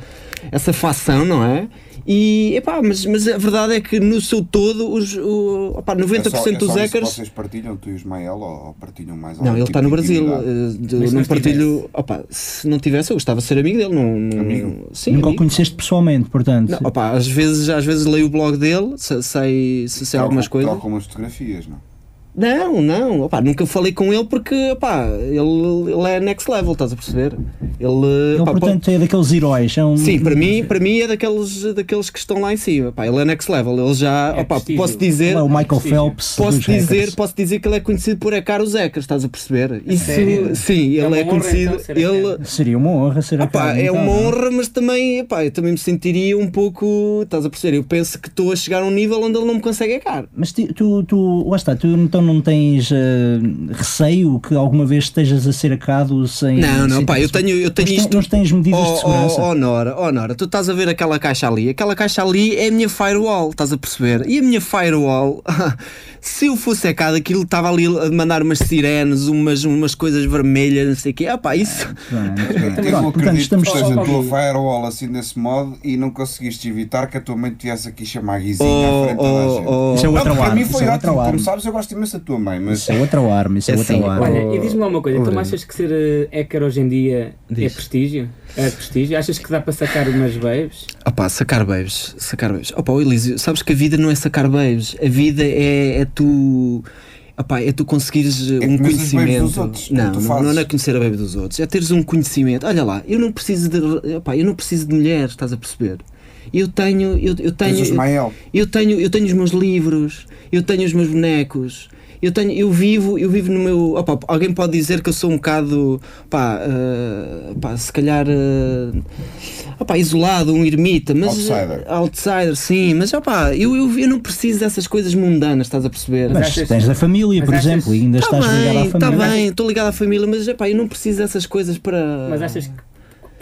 Speaker 5: essa facção, não é? E, epá, mas, mas a verdade é que no seu todo, os, o, opá, 90%
Speaker 8: é só, é só
Speaker 5: dos
Speaker 8: isso que
Speaker 5: hackers.
Speaker 8: Vocês partilham, tu e o Ismael, ou, ou partilham mais
Speaker 5: Não,
Speaker 8: algum
Speaker 5: ele
Speaker 8: tipo
Speaker 5: está no
Speaker 8: de
Speaker 5: Brasil.
Speaker 8: intimidade?
Speaker 5: eh, eu não partilho. Opa, se não tivesse, eu gostava de ser amigo dele. Não, não, Sim,
Speaker 4: nunca o
Speaker 5: amigo.
Speaker 4: conheceste pessoalmente, portanto.
Speaker 5: Não, opa, às, vezes, às vezes leio o blog dele, se- sei, se sei
Speaker 8: Trocam-
Speaker 5: algumas coisas.
Speaker 8: Trocam umas fotografias, não?
Speaker 5: Não, não, opá, nunca falei com ele porque opá, ele, ele é next level, estás a perceber? Ele,
Speaker 4: Ele,
Speaker 5: opá, pode-
Speaker 4: portanto, é daqueles heróis. É um...
Speaker 5: Sim, para mim, para mim é daqueles, daqueles que estão lá em cima. Pá, ele é next level. Ele já. opá,
Speaker 4: prestígio.
Speaker 5: posso dizer.
Speaker 4: Ele é o Michael Prestígio. Phelps
Speaker 5: Posso
Speaker 4: dos
Speaker 5: dizer,
Speaker 4: hackers.
Speaker 5: posso dizer que ele é conhecido por ecar os hackers, estás a perceber? Isso,
Speaker 4: sério?
Speaker 5: sim, ele é, conhecido.
Speaker 4: então,
Speaker 5: ele,
Speaker 4: Seria uma honra ser
Speaker 5: Pá,
Speaker 4: aquele,
Speaker 5: é
Speaker 4: então,
Speaker 5: uma
Speaker 4: não
Speaker 5: honra, mas também, epá, eu também me sentiria um pouco. Estás a perceber? Eu penso que estou a chegar a um nível onde ele não me consegue ecar.
Speaker 4: Mas ti- tu, tu, lá está, tu então não tens eh, receio que alguma vez estejas a ser acado sem.
Speaker 5: Não, não,
Speaker 4: sem-
Speaker 5: pá, eu tenho, eu tenho
Speaker 4: Mas
Speaker 5: isto.
Speaker 4: Não tens medidas
Speaker 5: Oh,
Speaker 4: de segurança.
Speaker 5: Oh, oh, Nora, oh, Nora, tu estás a ver aquela caixa ali. Aquela caixa ali é a minha firewall, estás a perceber? E a minha firewall, [laughs] se eu fosse secado, aquilo estava ali a mandar umas sirenes, umas, umas coisas vermelhas, não sei o quê. Ah, pá, isso.
Speaker 8: Eu não acredito que estás na tua firewall assim desse modo e não conseguiste evitar que a tua mãe te viesse aqui chamar guizinha
Speaker 5: Oh,
Speaker 8: à frente da gente.
Speaker 4: Isso é outro
Speaker 8: Não, Para
Speaker 4: alarme,
Speaker 8: mim foi
Speaker 4: isso é outro
Speaker 8: ótimo, como
Speaker 4: alarme.
Speaker 8: sabes eu gosto imenso da tua mãe, mas...
Speaker 4: Isso é outro arma, isso é,
Speaker 8: Assim,
Speaker 4: outro arma.
Speaker 7: Olha, e diz-me lá uma coisa, tu não achas que ser eh, hacker hoje em dia é
Speaker 5: Diz.
Speaker 7: prestígio? É prestígio? Achas que dá para sacar umas waves?
Speaker 5: Ah pá, sacar babes, sacar babes. Ah pá, o Elísio, sabes que a vida não é sacar babes, a vida é, é tu. Ah pá, é tu conseguires
Speaker 8: conheces
Speaker 5: um
Speaker 8: os babes
Speaker 5: conhecimento.
Speaker 8: dos outros,
Speaker 5: não,
Speaker 8: tu
Speaker 5: não,
Speaker 8: fazes.
Speaker 5: não é conhecer a babe dos outros, é teres um conhecimento. Olha lá, eu não preciso de. ah pá, eu não preciso de mulheres, estás a perceber? Eu tenho. Eu, eu tenho.
Speaker 8: Tens o Ismael.
Speaker 5: Eu tenho, eu tenho os meus livros, eu tenho os meus bonecos, eu tenho, eu vivo, eu vivo no meu. Opa, alguém pode dizer que eu sou um bocado, pá, eh, pá, se calhar, eh, opá, isolado, um ermita, mas
Speaker 8: Outsider.
Speaker 5: outsider, sim, mas opá, eu, eu, eu não preciso dessas coisas mundanas, estás a perceber?
Speaker 4: Mas
Speaker 5: é
Speaker 4: tens
Speaker 5: assim.
Speaker 4: a família,
Speaker 5: mas
Speaker 4: por
Speaker 5: achas-
Speaker 4: exemplo, e ainda
Speaker 5: Está
Speaker 4: estás
Speaker 5: Tá
Speaker 4: ligado à
Speaker 5: bem, está
Speaker 4: família.
Speaker 5: bem, estou ligado à família, mas epá, eu não preciso dessas coisas para.
Speaker 7: Mas achas que,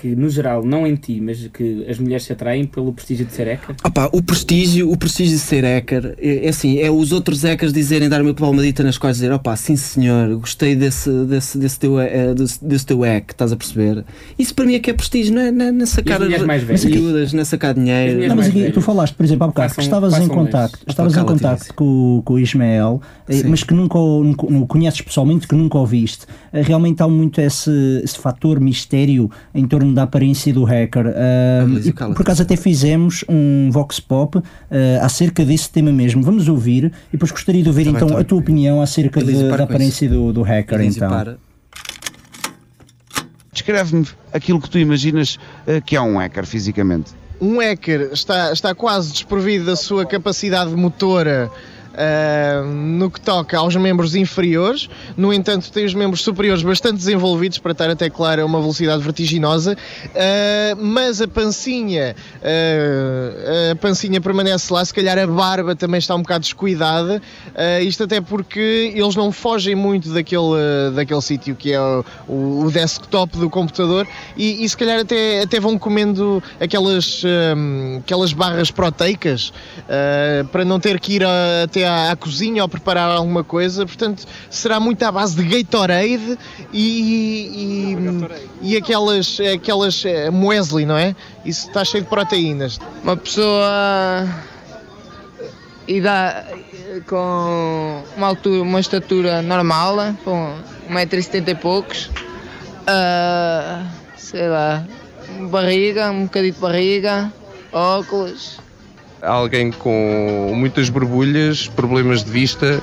Speaker 7: que, no geral, não em ti, mas que as mulheres se atraem pelo prestígio de ser hacker?
Speaker 5: Opa, o prestígio, o prestígio de ser hacker, é, é assim, é os outros hackers dizerem, dar uma palmadita nas costas e dizer, opá, sim senhor, gostei desse, desse, desse, teu, eh, desse, desse teu hack, estás a perceber? Isso para mim é que é prestígio, não é, não é, não é sacar
Speaker 7: mulheres mais velhas?
Speaker 5: miúdas, não é sacar
Speaker 4: Não,
Speaker 5: dinheiro.
Speaker 4: mas aqui tu falaste, por exemplo, há bocado, que
Speaker 5: Façam-
Speaker 4: estavas em
Speaker 5: façam leis.
Speaker 4: contacto,
Speaker 5: Ah,
Speaker 4: estavas em
Speaker 5: cala-te,
Speaker 4: contacto com, o- com o Ismael, eh,
Speaker 5: Sim.
Speaker 4: mas que nunca o nunca- não o conheces pessoalmente, que nunca ouviste. Realmente há muito esse, esse fator mistério em torno da aparência do hacker. Ah, e por acaso até fizemos um vox pop ah, acerca desse tema mesmo. Vamos ouvir e depois gostaria de ouvir
Speaker 5: Tá bem,
Speaker 4: então
Speaker 5: tá bem.
Speaker 4: a tua opinião acerca
Speaker 5: Elise,
Speaker 4: de-
Speaker 5: para
Speaker 4: da
Speaker 5: com
Speaker 4: aparência do, do hacker.
Speaker 5: Elise,
Speaker 4: então.
Speaker 5: para.
Speaker 25: Descreve-me aquilo que tu imaginas eh, que é um hacker fisicamente.
Speaker 20: Um hacker está, está quase desprovido da sua capacidade motora ah, no que toca aos membros inferiores, no entanto, tem os membros superiores bastante desenvolvidos para estar a teclar a uma velocidade vertiginosa, ah, mas a pancinha, ah, a pancinha permanece lá, se calhar a barba também está um bocado descuidada, ah, isto até porque eles não fogem muito daquele, daquele sítio que é o, o- o desktop do computador e, e se calhar até, até vão comendo aquelas, hum, aquelas barras proteicas ah, para não ter que ir a- até à, à cozinha ou preparar alguma coisa, portanto será muito à base de Gatorade e, e, e aquelas, aquelas eh, muesli, não é? Isso está cheio de proteínas.
Speaker 22: Uma pessoa e dá com uma altura, uma estatura normal, né? com 1,70m e poucos, ah, sei lá, barriga, um bocadinho de barriga, óculos.
Speaker 23: alguém com muitas borbulhas, problemas de vista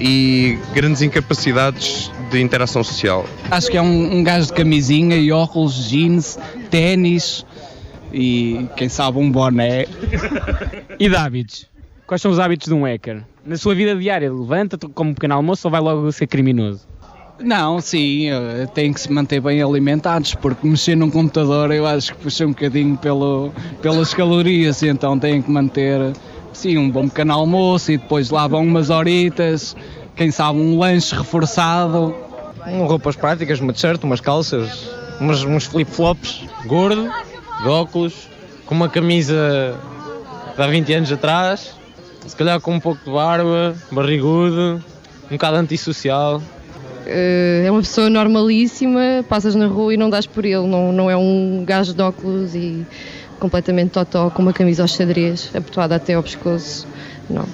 Speaker 23: e grandes incapacidades de interação social.
Speaker 11: Acho que é um, um gajo de camisinha e óculos, jeans, ténis e quem sabe um boné.
Speaker 26: E de hábitos? Quais são os hábitos de um hacker? Na sua vida diária, levanta, como um pequeno almoço ou vai logo ser criminoso?
Speaker 11: Não, sim, eh, têm que se manter bem alimentados, porque mexer num computador eu acho que puxa um bocadinho pelo, pelas calorias, e então têm que manter, sim, um bom pequeno almoço e depois lá vão umas horitas, quem sabe um lanche reforçado.
Speaker 18: Um, roupas práticas, uma t-shirt, umas calças, umas- uns flip-flops. Gordo, de óculos, com
Speaker 1: com uma camisa de há 20 anos atrás, se calhar com um pouco de barba, barrigudo, um bocado antissocial.
Speaker 14: Eh, é uma pessoa normalíssima, passas na rua e não dás por ele, não, não é um gajo de óculos e completamente totó, com uma camisa aos xadrez, abotoada até ao pescoço. Não.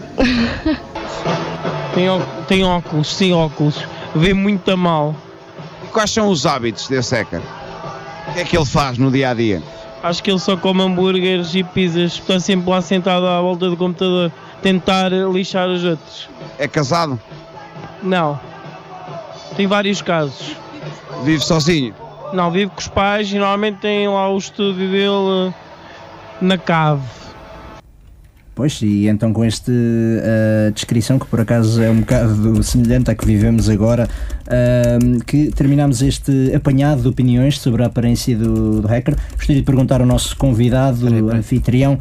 Speaker 27: Tem, ó- tem óculos, sem óculos, vê muito a mal.
Speaker 8: E quais são os hábitos desse hacker? O que é que ele faz no dia a dia?
Speaker 27: Acho que ele só come hambúrgueres e pizzas, está sempre lá sentado à volta do computador, tentar lixar os outros.
Speaker 8: É casado?
Speaker 27: Não. Tem vários casos.
Speaker 8: Vive sozinho?
Speaker 27: Não, vive com os pais e normalmente tem lá o estúdio dele eh, na cave.
Speaker 4: Pois, e então com esta descrição, que por acaso é um bocado [laughs] semelhante à que vivemos agora, ahm, que terminamos este apanhado de opiniões sobre a aparência do, do hacker. Gostaria de perguntar ao nosso convidado, anfitrião,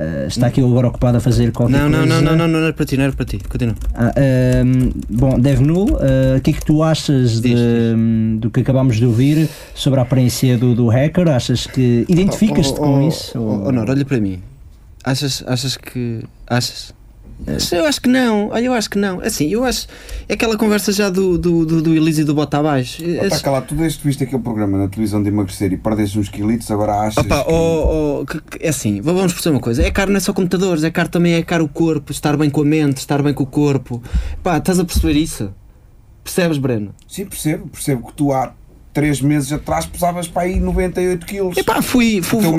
Speaker 4: ah, está aqui ele agora ocupado a fazer qualquer
Speaker 5: Não, não,
Speaker 4: coisa?
Speaker 5: não, não, não, não era para ti, não era para ti. Continua.
Speaker 4: Ah, ahm, bom, DevNu, ah, o que é que tu achas de, hum, do que acabámos de ouvir sobre a aparência do, do hacker? Achas que identificas-te
Speaker 5: Oh, oh,
Speaker 4: com
Speaker 5: oh,
Speaker 4: isso?
Speaker 5: Oh, Honor, olha para mim. Achas, achas que. Achas? Acho- Eu acho que não, olha, eu acho que não. Assim, eu acho. É aquela conversa já do, do, do, do Elise e do Bota Abaixo. Eu
Speaker 6: Está
Speaker 5: acho-
Speaker 6: tá calado, tu deste, viste aquele programa na televisão de emagrecer e perdeste uns quilitos, agora achas.
Speaker 5: Opa, oh, oh, que- que- é assim, v- vamos perceber uma coisa: é caro não é só computadores, é caro também, é caro o corpo, estar bem com a mente, estar bem com o corpo. Pá, estás a perceber isso? Percebes, Breno?
Speaker 6: Sim, percebo, percebo que tu há 3 meses atrás pesavas para aí 98 quilos. um Epá,
Speaker 5: fui. fui...
Speaker 6: Teu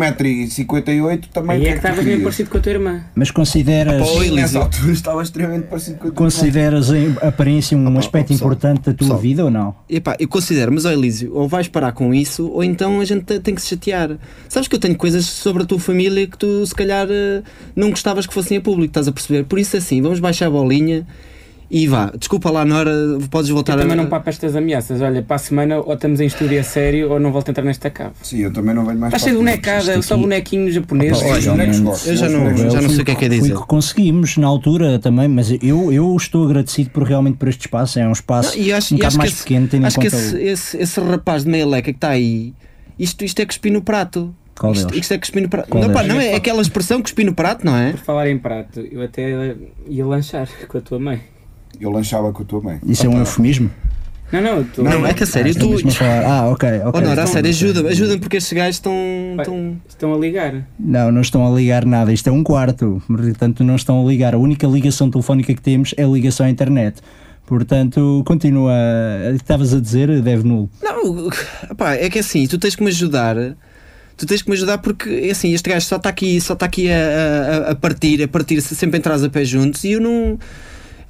Speaker 6: 1,58m também.
Speaker 4: Aí
Speaker 6: o
Speaker 4: é que
Speaker 6: tu
Speaker 4: estavas bem
Speaker 6: querias?
Speaker 4: parecido
Speaker 7: com a tua irmã.
Speaker 4: Mas consideras.
Speaker 6: Sim, Nessa altura estava extremamente parecido com a tua
Speaker 4: Consideras a aparência um aspecto importante da tua vida ou não?
Speaker 5: Epá, eu considero, mas ó Elísio, ou vais parar com isso, ou então a gente te- tem que se chatear. Sabes que eu tenho coisas sobre a tua família que tu se calhar eh, não gostavas que fossem a público, estás a perceber? Por isso assim, vamos baixar a bolinha e vá. Desculpa lá, Nora, podes voltar
Speaker 7: Eu também
Speaker 5: a.
Speaker 7: não papo estas ameaças. Olha, para a semana ou estamos em estúdio a sério ou não volto a entrar nesta cave.
Speaker 6: Sim, eu também não venho mais
Speaker 7: Está cheio de bonecada, só bonequinho japonês.
Speaker 4: Opa, olha,
Speaker 5: eu já não- já não sei o que é que é
Speaker 4: Foi
Speaker 5: dizer.
Speaker 4: que conseguimos na altura também, mas eu, eu estou agradecido por realmente por este espaço. É um espaço
Speaker 5: Não, e acho,
Speaker 4: um
Speaker 5: e acho
Speaker 4: bocado mais
Speaker 5: que esse,
Speaker 4: pequeno, tendo em
Speaker 5: acho
Speaker 4: conta
Speaker 5: que esse,
Speaker 4: o-
Speaker 5: esse, esse rapaz de meia leca que está aí, isto, isto é cuspir no prato.
Speaker 4: Qual
Speaker 5: isto,
Speaker 4: deles?
Speaker 5: isto é cuspir no prato.
Speaker 4: Qual
Speaker 5: Não, pá,
Speaker 4: deles?
Speaker 5: não é, é aquela expressão cuspir no prato, não é?
Speaker 7: Por falar em prato, eu até ia lanchar [laughs] com a tua mãe.
Speaker 6: Eu lanchava com a tua mãe.
Speaker 4: Isso é um eufemismo?
Speaker 7: Não, não, tu...
Speaker 5: Não, é que a sério,
Speaker 4: estou
Speaker 5: tu-
Speaker 4: mesmo a falar. Ah, ok, ok.
Speaker 5: Oh, Nora, a
Speaker 4: Então,
Speaker 5: sério, ajuda-me, ajuda-me porque estes gajos estão. estão...
Speaker 7: é- Estão a ligar.
Speaker 4: Não, não estão a ligar nada. Isto é um quarto. Portanto, não estão a ligar. A única ligação telefónica que temos é a ligação à internet. Portanto, continua. Estavas a dizer, deve nulo.
Speaker 5: Não, [laughs] pá, é que assim, tu tens que me ajudar. Tu tens que me ajudar porque, é assim, este gajo só está aqui, só está aqui a, a- a partir, a partir, se sempre entras a pé juntos e eu não.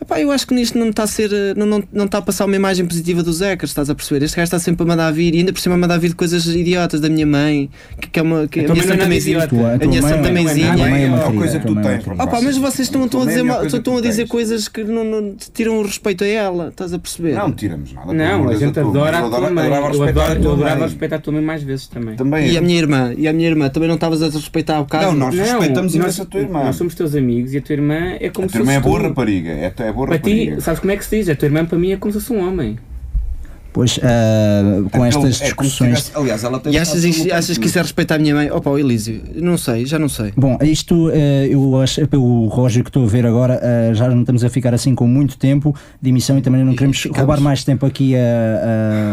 Speaker 5: Epá, eu acho que nisto não me está a ser. eh, Não, não, não está a passar uma imagem positiva dos hackers, estás a perceber? Este gajo está sempre a mandar vir e ainda por cima a mandar vir de coisas idiotas da minha mãe, que, que é uma. Que
Speaker 6: A
Speaker 5: a
Speaker 6: tua
Speaker 5: minha
Speaker 6: mãe não é
Speaker 5: santa
Speaker 6: nada
Speaker 5: mãezinha.
Speaker 6: idiota. A
Speaker 5: A
Speaker 6: tua
Speaker 5: minha
Speaker 6: mãe
Speaker 5: santa
Speaker 6: não é nada
Speaker 5: mãezinha.
Speaker 6: idiota. A mãe é uma A coisa que tu tens,
Speaker 5: Ah, pá,
Speaker 6: rapaz.
Speaker 5: mas vocês estão, estão a
Speaker 6: A tua mãe é
Speaker 5: dizer,
Speaker 6: a melhor
Speaker 5: mal-
Speaker 6: coisa
Speaker 5: estão
Speaker 6: que
Speaker 5: a
Speaker 6: tu
Speaker 5: dizer coisas que não, não te tiram o respeito a ela, estás a perceber?
Speaker 6: Não tiramos nada.
Speaker 7: Não, a gente adora a tua mãe. Eu adoro- eu adorava
Speaker 5: mãe.
Speaker 7: respeitar a tua mãe mais vezes também.
Speaker 5: E a minha irmã, e a minha irmã, também não estavas a respeitar há bocado?
Speaker 7: nós- Nós somos teus amigos e a tua irmã é como
Speaker 6: A
Speaker 7: se
Speaker 6: tua irmã é
Speaker 7: fosse
Speaker 6: boa
Speaker 7: tu.
Speaker 6: rapariga. É, é boa
Speaker 7: Para
Speaker 6: rapariga.
Speaker 7: ti, sabes como é que se diz? A tua irmã para mim é como se fosse um homem.
Speaker 4: Pois, ah, com
Speaker 5: É
Speaker 4: estas
Speaker 5: como se
Speaker 4: discussões.
Speaker 5: tivesse- aliás, ela tem um E achas,
Speaker 4: absolutamente
Speaker 5: achas que isso é respeitar a minha mãe? Opa, o Elísio, não sei, já não sei.
Speaker 4: Bom, isto eh, eu acho, pelo relógio que estou a ver agora, eh, já não estamos a ficar assim com muito tempo de emissão e também não queremos roubar mais tempo aqui a,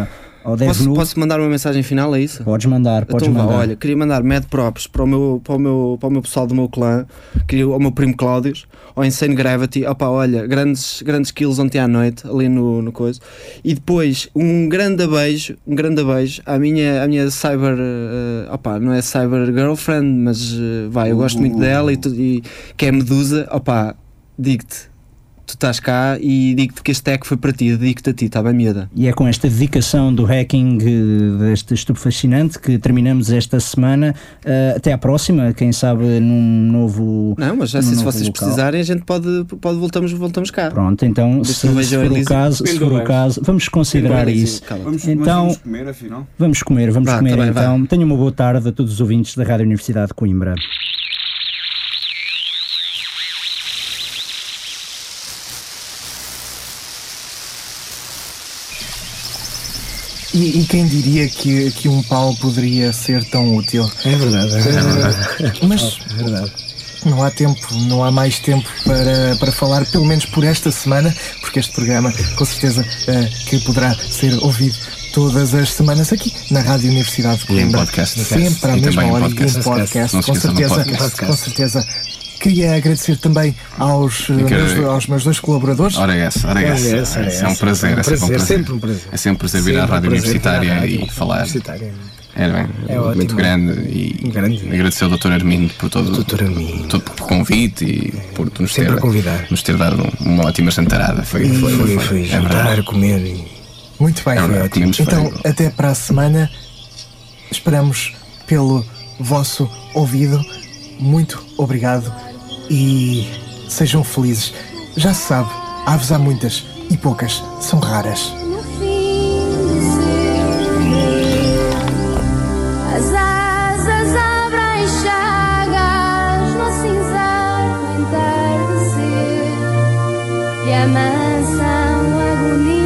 Speaker 4: a, ao
Speaker 5: Posso,
Speaker 4: DevNu.
Speaker 5: posso mandar uma mensagem final a isso? Então
Speaker 4: Podes mandar, podes
Speaker 5: vá,
Speaker 4: mandar.
Speaker 5: Olha, queria mandar mad props para o meu, para o meu, para o meu pessoal do meu clã, queria ao meu primo Cláudio, ao Insane Gravity. Opa, olha, grandes, grandes kills ontem à noite, ali no, no coisa. E depois, um grande beijo, um grande beijo à minha, à minha cyber. eh, opa, não é cyber girlfriend, mas eh, vai, eu gosto muito dela e, tu- e que é Medusa. Opa, digo-te. Tu estás cá e digo-te que este tech foi para ti, digo-te a ti, está bem, miúda?
Speaker 4: E é com esta dedicação do hacking eh, deste estudo fascinante que terminamos esta semana. Eh, até à próxima, quem sabe num novo.
Speaker 5: Não, mas
Speaker 4: num
Speaker 5: assim, se
Speaker 4: novo
Speaker 5: vocês
Speaker 4: local.
Speaker 5: precisarem, a gente pode, pode voltamos, voltamos cá.
Speaker 4: Pronto, então se,
Speaker 5: Deixa
Speaker 4: se
Speaker 5: eu beijar
Speaker 4: for o
Speaker 5: Elisa.
Speaker 4: caso, se for o caso, vamos considerar
Speaker 5: Elisa,
Speaker 4: isso.
Speaker 5: cala-te.
Speaker 6: Vamos, então,
Speaker 4: Então,
Speaker 6: vamos comer, afinal.
Speaker 4: Vamos comer, vamos
Speaker 5: Vá,
Speaker 4: comer
Speaker 5: tá bem, vá.
Speaker 4: então. Tenham uma boa tarde a todos os ouvintes da Rádio Universidade de Coimbra.
Speaker 1: E, e quem diria que, que um pau poderia ser tão útil?
Speaker 17: É verdade, é verdade.
Speaker 1: Eh, mas
Speaker 2: É
Speaker 1: não há tempo, não há mais tempo para, para falar, pelo menos por esta semana, porque este programa, com certeza, eh, que poderá ser ouvido todas as semanas aqui na Rádio Universidade de
Speaker 2: E em
Speaker 1: Coimbra.
Speaker 2: podcast.
Speaker 1: Sempre à
Speaker 2: E
Speaker 1: mesma
Speaker 2: também em
Speaker 1: hora
Speaker 2: podcast.
Speaker 1: e em podcast,
Speaker 2: Não se
Speaker 1: com
Speaker 2: esqueçam do
Speaker 1: certeza,
Speaker 2: podcast.
Speaker 1: com certeza. Queria agradecer também aos, eh,
Speaker 2: E que-
Speaker 1: meus, aos meus dois colaboradores.
Speaker 2: Ora é essa, ora é essa.
Speaker 1: ora
Speaker 2: É um prazer, é sempre um prazer. É sempre um prazer vir à
Speaker 1: Sempre um
Speaker 2: Rádio
Speaker 1: prazer vir à
Speaker 2: Universitária
Speaker 1: Rádio
Speaker 2: e falar. É, bem,
Speaker 1: É
Speaker 2: muito
Speaker 1: ótimo. Um
Speaker 2: grande e agradecer ao Dr. Armindo por todo, todo o convite e por nos ter,
Speaker 1: Sempre a convidar.
Speaker 2: nos ter dado um- uma ótima jantarada. Foi, foi,
Speaker 1: E
Speaker 2: foi,
Speaker 1: foi-
Speaker 2: foi.
Speaker 1: foi
Speaker 2: É
Speaker 1: jantar,
Speaker 2: verdade.
Speaker 1: comer e... Muito bem,
Speaker 2: É
Speaker 1: foi
Speaker 2: verdade,
Speaker 1: ótimo.
Speaker 2: tínhamos
Speaker 1: Então,
Speaker 2: feito.
Speaker 1: até para a semana. Esperamos pelo vosso ouvido. Muito obrigado e sejam felizes. Já se sabe, aves há muitas e poucas são raras.
Speaker 26: As asas abrem chagas no cinzento entardecer e a mansão agonia.